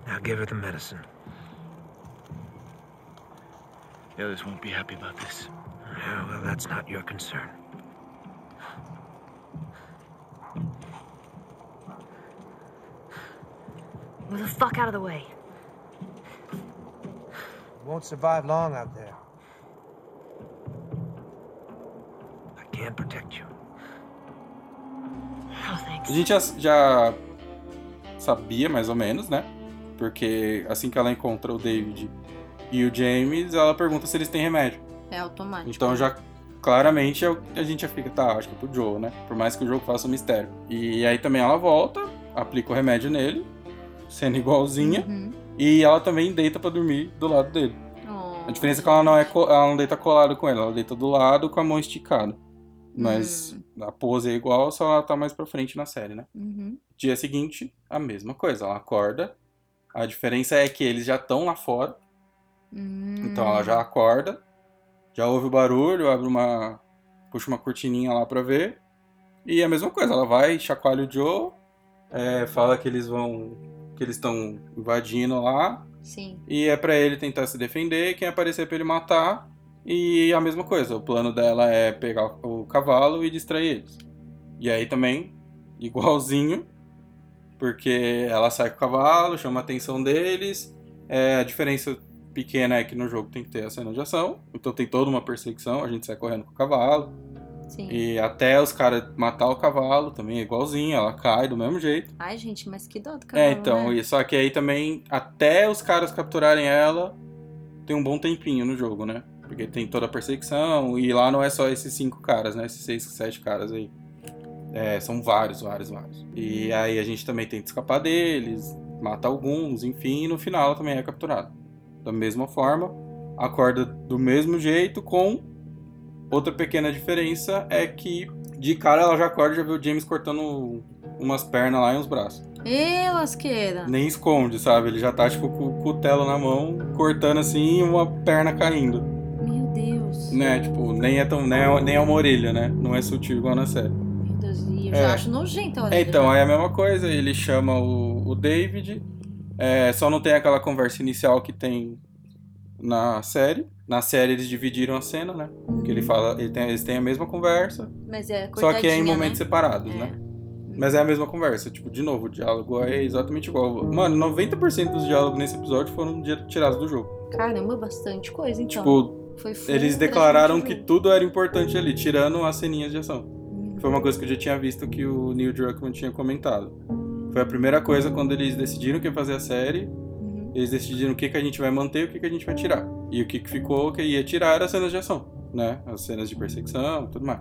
Now give her the medicine.
The others won't be happy about this.
Yeah, well, that's not your concern.
Move the fuck out of the way.
Won't survive long out there. I can't protect you.
No thanks.
A gente já, já sabia mais ou menos, né? Porque assim que ela encontra o David, e o James, ela pergunta se eles têm remédio.
É automático.
Então já claramente eu- a gente já fica, tá, acho que é pro Joe, né? Por mais que o jogo faça um mistério. E aí também ela volta, aplica o remédio nele, sendo igualzinha,
Uhum.
e ela também deita pra dormir do lado dele.
Oh.
A diferença é que ela não, é co- ela não deita colado com ele, ela deita do lado com a mão esticada. Mas a pose é igual, só ela tá mais pra frente na série, né?
Uhum.
Dia seguinte, a mesma coisa, ela acorda. A diferença é que eles já estão lá fora,
Hum.
então ela já acorda, já ouve o barulho, abre uma. puxa uma cortininha lá pra ver. E é a mesma coisa, ela vai, chacoalha o Joe, é, fala que eles vão. que eles estão invadindo lá.
Sim.
E é pra ele tentar se defender, quem aparecer pra ele matar. E a mesma coisa, o plano dela é pegar o cavalo e distrair eles. E aí também, igualzinho, porque ela sai com o cavalo, chama a atenção deles. É, a diferença pequena é que no jogo tem que ter a cena de ação, então tem toda uma perseguição, a gente sai correndo com o cavalo.
Sim.
E até os caras matar o cavalo também é igualzinho, ela cai do mesmo jeito.
Ai, gente, mas que dó do cavalo,
É, então,
né?
e só que aí também, até os caras capturarem ela, tem um bom tempinho no jogo, né? Porque tem toda a perseguição, e lá não é só esses cinco caras, né? Esses seis, sete caras aí. É, são vários, vários, vários. E aí a gente também tenta escapar deles, mata alguns, enfim, e no final ela também é capturada. Da mesma forma, acorda do mesmo jeito, com outra pequena diferença é que de cara ela já acorda e já vê o James cortando umas pernas lá e uns braços
Ê, lasqueira.
nem esconde, sabe? Ele já tá, tipo, com o cutelo na mão, cortando assim e uma perna caindo.
Meu Deus.
Né? Tipo, nem é tão. Nem é, nem é uma orelha, né? Não é sutil igual na série.
Meu Deus, e eu
É.
já acho nojento a
É,
orelha.
então, aí é a mesma coisa, ele chama o, o David, é, só não tem aquela conversa inicial que tem na série. Na série eles dividiram a cena, né? Que ele fala, ele tem- eles têm a mesma conversa,
Hum, Mas é
só que é em
cortadinha,
momentos
né?
separados,
É.
né? Mas é a mesma conversa, tipo, de novo, o diálogo é exatamente igual. Mano, 90% dos diálogos nesse episódio foram di- tirados do jogo.
Caramba, bastante coisa, então. é,
Tipo,
Foi full
eles
durante
declararam
o
que
jogo.
tudo era importante ali, tirando as ceninhas de ação.
Uhum.
Foi uma coisa que eu já tinha visto que o Neil Druckmann tinha comentado. Foi a primeira coisa quando eles decidiram o que ia fazer a série,
Uhum.
eles decidiram o que, que a gente vai manter e o que, que a gente vai tirar. E o que, que ficou, o que ia tirar era as cenas de ação, né? As cenas de perseguição tudo mais.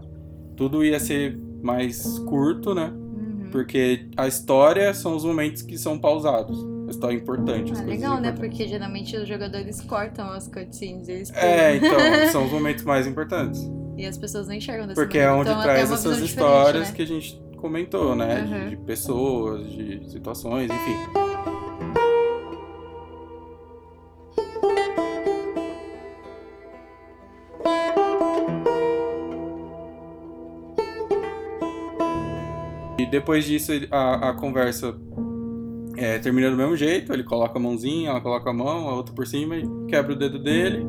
Tudo ia ser mais curto, né?
Uhum.
Porque a história são os momentos que são pausados. A história é importante, as
Ah,
coisas
legal, né?
importantes.
Porque geralmente os jogadores cortam as cutscenes. Eles
É,
pulam.
então, são os momentos mais importantes.
E as pessoas não enxergam dessa
Porque é
maneira.
onde
então, até
traz
uma visão
essas
diferente,
histórias
né?
que a gente comentou, né? De-
Uhum.
De, pessoas, de situações, enfim. E depois disso, ele- a, a conversa é, termina do mesmo jeito. Ele coloca a mãozinha, ela coloca a mão, a outra por cima e quebra o dedo dele.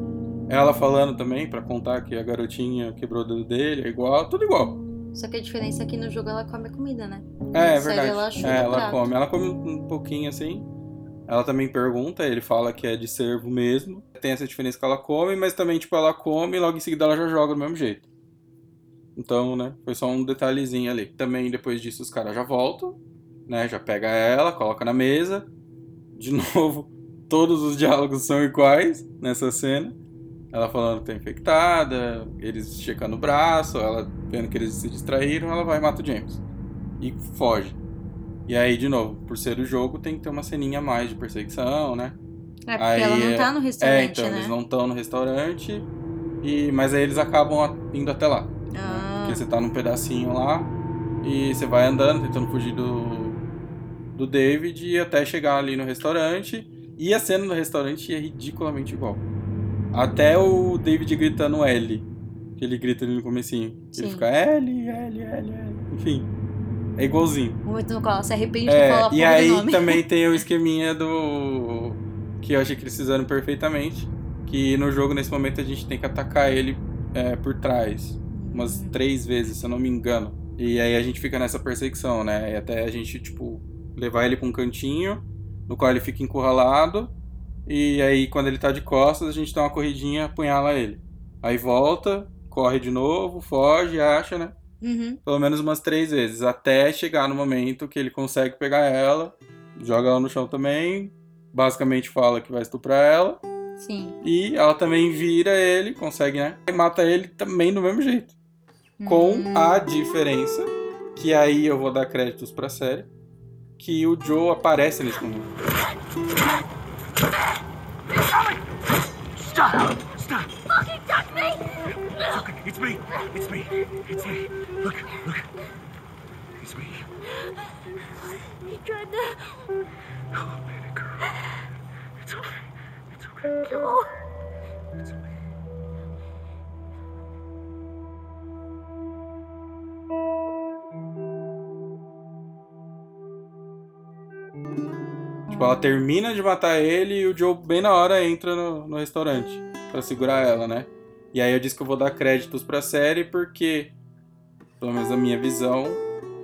Ela falando também, pra contar que a garotinha quebrou o dedo dele, é igual, tudo igual.
Só que a diferença é que no jogo ela come a comida, né?
É, é
Sério,
verdade.
ela chuta
É,
o
ela
prato.
come. Ela come um um pouquinho assim. Ela também pergunta, ele fala que é de servo mesmo. Tem essa diferença que ela come, mas também, tipo, ela come e logo em seguida ela já joga do mesmo jeito. Então, né, foi só um detalhezinho ali. Também depois disso os caras já voltam, né, já pega ela, coloca na mesa. De novo, todos os diálogos são iguais nessa cena. Ela falando que tá infectada, eles checando o braço, ela vendo que eles se distraíram, ela vai e mata o James. E foge. E aí, de novo, por ser o jogo, tem que ter uma ceninha a mais de perseguição, né?
É, porque
Aí
ela
é-
não tá no
É,
restaurante,
então,
né?
eles não estão no restaurante, e mas aí eles acabam a- indo até lá. né?
Ah,
Porque você tá num pedacinho lá e você vai andando, tentando fugir do, do David e até chegar ali no restaurante. E a cena do restaurante é ridiculamente igual. Até o David gritando L. Que ele grita ali no comecinho. Ele
Sim.
fica L, L, L, L. Enfim. É igualzinho.
o momento no qual ela se arrepende
É,
de falar a
e
porra
aí
do nome.
também tem o esqueminha do. Que eu achei que eles fizeram perfeitamente. Que no jogo, nesse momento, a gente tem que atacar ele é, por trás. Umas
Uhum.
três vezes, se eu não me engano. E aí a gente fica nessa perseguição, né? E até a gente, tipo, levar ele pra um cantinho, no qual ele fica encurralado. E aí, quando ele tá de costas, a gente dá uma corridinha, apunhala ele. Aí volta, corre de novo, foge, acha, né?
Uhum.
pelo menos umas três vezes, até chegar no momento que ele consegue pegar ela, joga ela no chão também, basicamente fala que vai estuprar ela,
Sim.
E ela também vira ele, consegue, né? E mata ele também do mesmo jeito.
Uhum.
Com a diferença, que aí eu vou dar créditos pra série, que o Joe aparece nesse momento.
Stop! Stop! Look, he touched me! It's okay. It's me. It's me. It's Look, look. It's me.
He tried to.
Oh, baby girl. It's okay. It's okay.
No.
It's okay.
Tipo, ela termina de matar ele e o Joe, bem na hora, entra no, no restaurante pra segurar ela, né? E aí eu disse que eu vou dar créditos pra série porque, pelo menos na minha visão,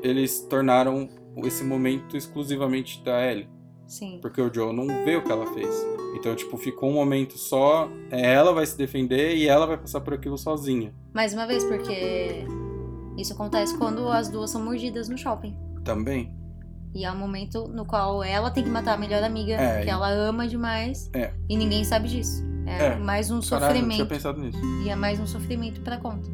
eles tornaram esse momento exclusivamente da Ellie.
Sim.
Porque o Joe não vê o que ela fez. Então, tipo, ficou um momento só, é, ela vai se defender e ela vai passar por aquilo sozinha.
Mais uma vez, porque isso acontece quando as duas são mordidas no shopping.
Também.
E é um momento no qual ela tem que matar a melhor amiga,
É,
que
e-
ela ama demais,
É.
e ninguém sabe disso. É,
É.
mais um
Caralho, não tinha
sofrimento.
pensado nisso.
E é mais um sofrimento pra conta.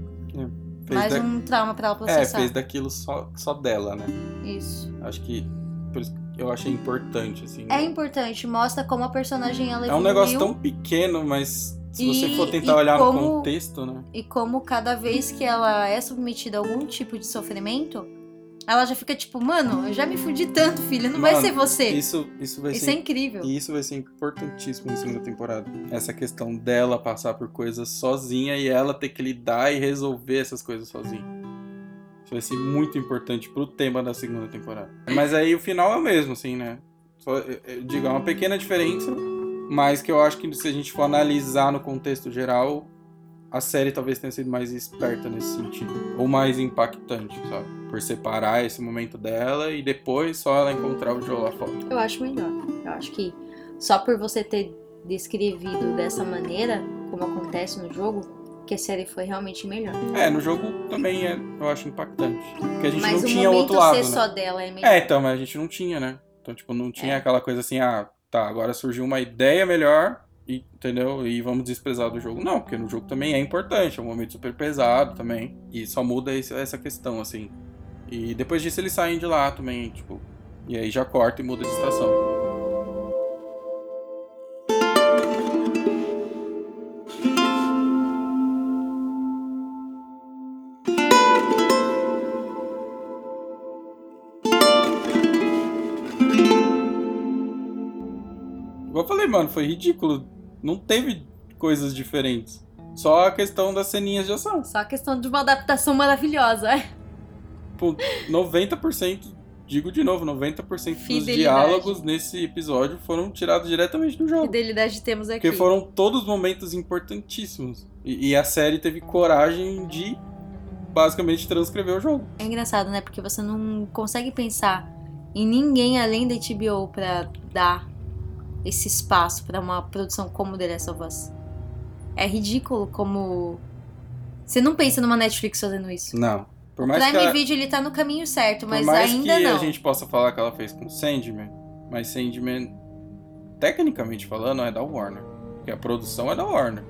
Fez
mais
da-
um trauma pra ela
É,
processar.
fez daquilo só, só dela, né?
Isso.
Acho que. Por isso que eu achei importante, assim.
É importante, mostra como a personagem ela
É um
evoluiu
negócio tão pequeno, mas se
E-
você for
e
tentar olhar
como-
no contexto, né?
e como cada vez que ela é submetida a algum tipo de sofrimento, ela já fica tipo, mano, eu já me fudi tanto, filha, não vai
Mano,
ser você. Isso,
Isso, isso vai
é
ser
incrível.
E isso vai ser importantíssimo na segunda temporada. Essa questão dela passar por coisas sozinha e ela ter que lidar e resolver essas coisas sozinha. Isso vai ser muito importante pro tema da segunda temporada. Mas aí o final é o mesmo, assim, né? Só, eu- eu digo, é uma pequena diferença, mas que eu acho que se a gente for analisar no contexto geral, a série talvez tenha sido mais esperta nesse sentido. Ou mais impactante, sabe? Por separar esse momento dela e depois só ela encontrar o Joe lá fora.
Eu acho melhor. Eu acho que só por você ter descrevido dessa maneira, como acontece no jogo, que a série foi realmente melhor.
É, no jogo também é, eu acho impactante. Porque a gente
Mas
não
o
tinha o
momento
outro lado.
ser
né?
só dela é melhor.
É, então, mas a gente não tinha, né? Então, tipo, não tinha
É.
aquela coisa assim, ah, tá, agora surgiu uma ideia melhor, e- entendeu? E vamos desprezar do jogo. Não, porque no jogo também é importante, é um momento super pesado também. E só muda esse- essa questão, assim. E depois disso eles saem de lá também, tipo. E aí já corta e muda de estação. Igual eu falei, mano, foi ridículo. Não teve coisas diferentes. Só a questão das ceninhas de ação.
Só a questão de uma adaptação maravilhosa.
Tipo, 90%, digo de novo, 90% dos
Fidelidade.
diálogos nesse episódio foram tirados diretamente do jogo.
Fidelidade temos né, aqui.
Porque foram todos momentos importantíssimos. E, e a série teve coragem de basicamente transcrever o jogo.
É engraçado, né? Porque você não consegue pensar em ninguém além da HBO pra dar esse espaço pra uma produção como The Last of Us. É ridículo como. Você não pensa numa Netflix fazendo isso.
Não. Por
O
mais que
Prime
a,
Video ele tá no caminho certo,
por
mas
mais
ainda
que
não.
a gente possa falar que ela fez com Sandman, mas Sandman, tecnicamente falando, é da Warner. Porque a produção é da Warner.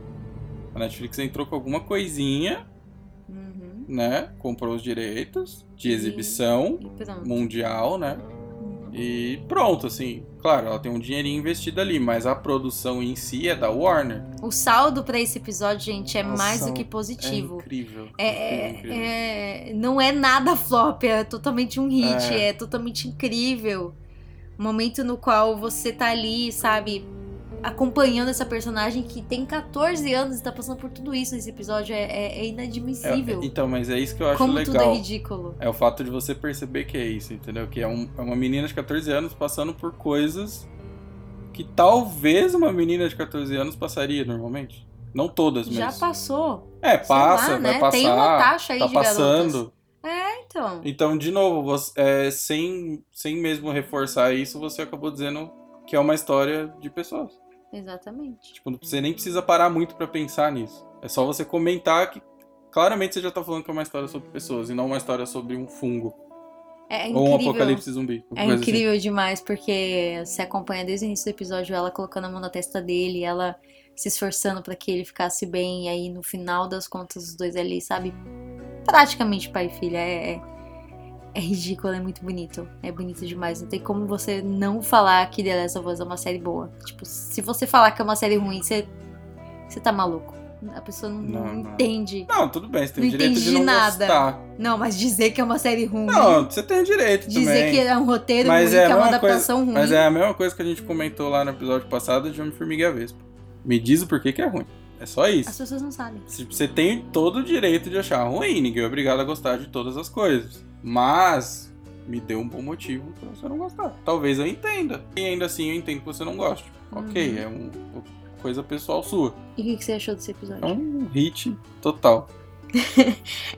A Netflix entrou com alguma coisinha,
Uhum.
né? Comprou os direitos de
E-
exibição
E pronto.
mundial, né? E pronto, assim. Claro, ela tem um dinheirinho investido ali, mas a produção em si é da Warner.
O saldo pra esse episódio, gente, é
Nossa,
mais do que
É
positivo.
incrível.
É,
incrível, incrível.
é- não é nada flop, é totalmente um hit, é,
É.
totalmente incrível. Um Momento no qual você tá ali, sabe, acompanhando essa personagem que tem 14 anos e tá passando por tudo isso nesse episódio. É, é- é
É,
inadmissível.
então, mas é isso que eu acho
Como
legal.
tudo é ridículo.
É o fato de você perceber que é isso, entendeu? Que é, um- é uma menina de 14 anos passando por coisas que talvez uma menina de 14 anos passaria normalmente. Não todas, mas.
Já passou.
É,
sei
passa,
lá,
vai
né?
passar.
Tem uma taxa aí
tá
de
passando.
garotas. É, então.
Então, de novo, você- é, sem, sem mesmo reforçar isso, você acabou dizendo que é uma história de pessoas.
Exatamente.
Tipo, você nem precisa parar muito pra pensar nisso. É só você comentar que claramente você já tá falando que é uma história sobre pessoas e não uma história sobre um fungo.
É
Ou um
incrível.
apocalipse zumbi. alguma
É
coisa assim.
incrível demais, porque você acompanha desde o início do episódio ela colocando a mão na testa dele, ela se esforçando pra que ele ficasse bem, e aí no final das contas os dois ali, sabe? Praticamente pai e filha. É, é- é ridículo, é muito bonito. É bonito demais. Não tem como você não falar que The Last of Us é uma série boa. Tipo, se você falar que é uma série ruim, você, você tá maluco. A pessoa não,
Não,
não
não.
entende.
Não, tudo bem, você tem
Não
o direito de
entendi
não
nada.
gostar.
Não, mas dizer que é uma série ruim.
Não, você tem o direito
Dizer
também.
que é um roteiro
Mas
ruim,
é a
que é uma
mesma coisa-
adaptação ruim.
Mas é a mesma coisa que a gente comentou lá no episódio passado de Homem-Formiga e a Vespa. Me diz o porquê que é ruim. É só
As
isso.
pessoas não sabem.
Se- Você tem todo o direito de achar ruim, ninguém é obrigado a gostar de todas as coisas. Mas me deu um bom motivo pra você não gostar. Talvez eu entenda. E ainda assim eu entendo que você não goste.
Uhum.
Ok, é um- uma coisa pessoal sua.
E o que, que você achou desse episódio?
É um hit total.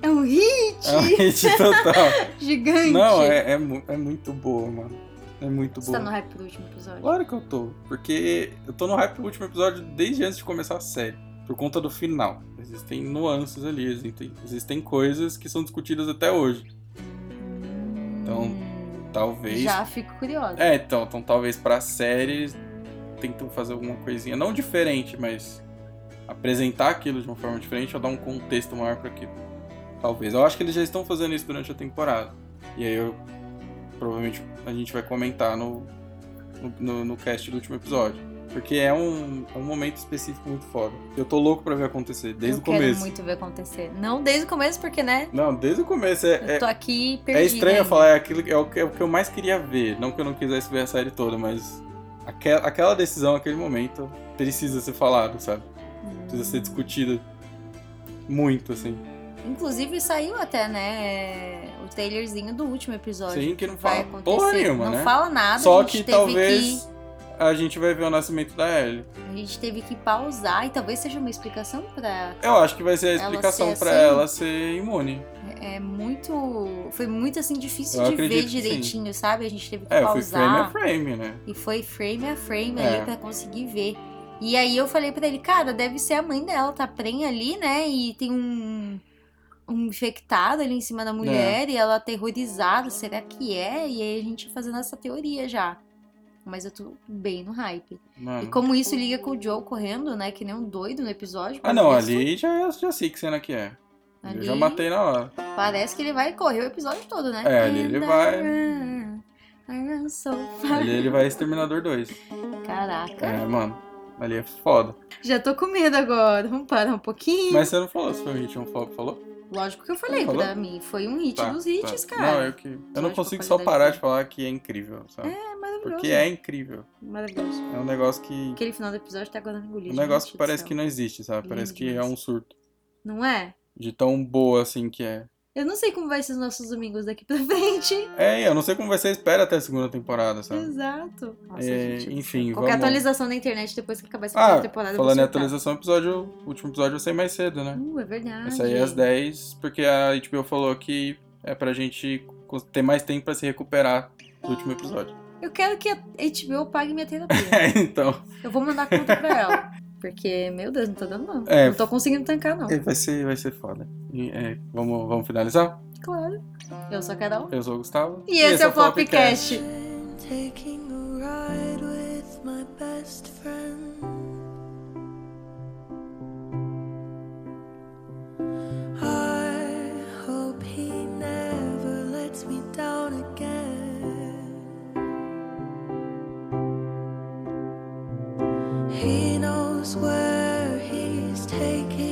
É um hit
É um hit total.
gigante.
Não, é, é, mu- é muito boa, mano. É muito
Você
boa.
tá no hype pro último episódio?
Claro que eu tô, porque eu tô no hype pro último episódio desde antes de começar a série, por conta do final. Existem nuances ali, existem, existem coisas que são discutidas até hoje. Então,
Hum,
Talvez.
Já fico curiosa.
É, então, então talvez pra série tentam fazer alguma coisinha, não diferente, mas apresentar aquilo de uma forma diferente ou dar um contexto maior pra aquilo. Talvez. Eu acho que eles já estão fazendo isso durante a temporada. E aí eu. Provavelmente a gente vai comentar no, no, no- no cast do último episódio. Porque é um, é um momento específico muito foda. Eu tô louco pra ver acontecer, desde
eu
o
quero
começo.
muito ver acontecer. Não desde o começo, porque, né?
Não, desde o começo é- é,
eu tô aqui perdida.
é estranho eu
ainda.
falar, é, aquilo, que- é, o que, é o que eu mais queria ver. Não que eu não quisesse ver a série toda, mas aquela, aquela decisão, aquele momento, precisa ser falado, sabe?
Hum.
Precisa ser discutido muito, assim.
Inclusive, saiu até, né? O trailerzinho do último episódio.
Sim, que não
Vai
fala
acontecer.
porra nenhuma,
não
né?
fala nada. a
Só
gente
que
teve
talvez a gente vai ver o nascimento da Ellie.
A gente teve que pausar e talvez seja uma explicação pra
Eu acho que vai ser a
Ela
explicação
ser
pra
assim?
ela ser imune.
É muito. Foi muito assim difícil
Eu
de ver
acredito que sim.
direitinho, sabe? A gente teve que
É, foi frame a
pausar.
frame, né?
E foi frame a frame
É.
ali pra conseguir ver. E aí eu falei pra ele, cara, deve ser a mãe dela, tá prenha ali, né? E tem um, um infectado ali em cima da
É.
mulher e ela aterrorizada, será que é? E aí a gente fazendo essa teoria já. Mas eu tô bem no hype. E
Mano.
como isso liga com o Joe correndo, né? Que nem um doido no episódio.
Ah, não,
pelo visto.
ali já, já sei que cena que é. Eu já
Ali-
matei na hora.
Parece que ele vai correr o episódio todo, né?
É, ali ele
And I
vai.
run, I run so far.
Ali ele vai Exterminador 2.
um Caraca.
É, mano. Ali é foda.
Já tô com medo agora. Vamos parar um pouquinho.
Mas você não falou se foi um hit ou um flop, falou?
Lógico que eu falei,
Falou?
pra mim foi um hit
Tá,
dos hits,
tá.
cara.
Não, eu que. Eu não
Lógico,
consigo
a
só
qualidade
parar
dele.
de falar que é incrível, sabe?
É maravilhoso.
Porque é incrível.
Maravilhoso.
É um negócio que.
Aquele final do episódio tá agora engolido.
Um negócio que parece que não existe, sabe?
Lindo
Parece que é
demais.
um surto.
Não é?
De tão boa assim que é.
Eu não sei como vai ser os nossos domingos daqui pra frente.
É, e eu não sei como vai ser a espera até a segunda temporada, sabe?
Exato. Nossa,
Tá. É,
gente.
enfim,
Qualquer
vamos.
atualização na internet depois que acabar essa
Ah,
primeira temporada. tá. eu vou
falando em
surtar.
atualização, o episódio, o último episódio vai sair mais cedo, né?
Uh, é verdade.
Vai sair às 10, porque a HBO falou que é pra gente cons- ter mais tempo pra se recuperar do último episódio.
Eu quero que a HBO pague minha terapia.
então.
Eu vou mandar conta pra ela. Porque, meu Deus, não tá dando não.
É.
Não tô conseguindo tancar, não.
É, vai ser, vai ser foda. E, é, vamos, vamos finalizar?
Claro. Eu sou a Carol.
Eu sou o Gustavo.
E esse é o Flopcast.
Taking a ride with my best friend. I hope he never lets me down again. He knows where he's taking.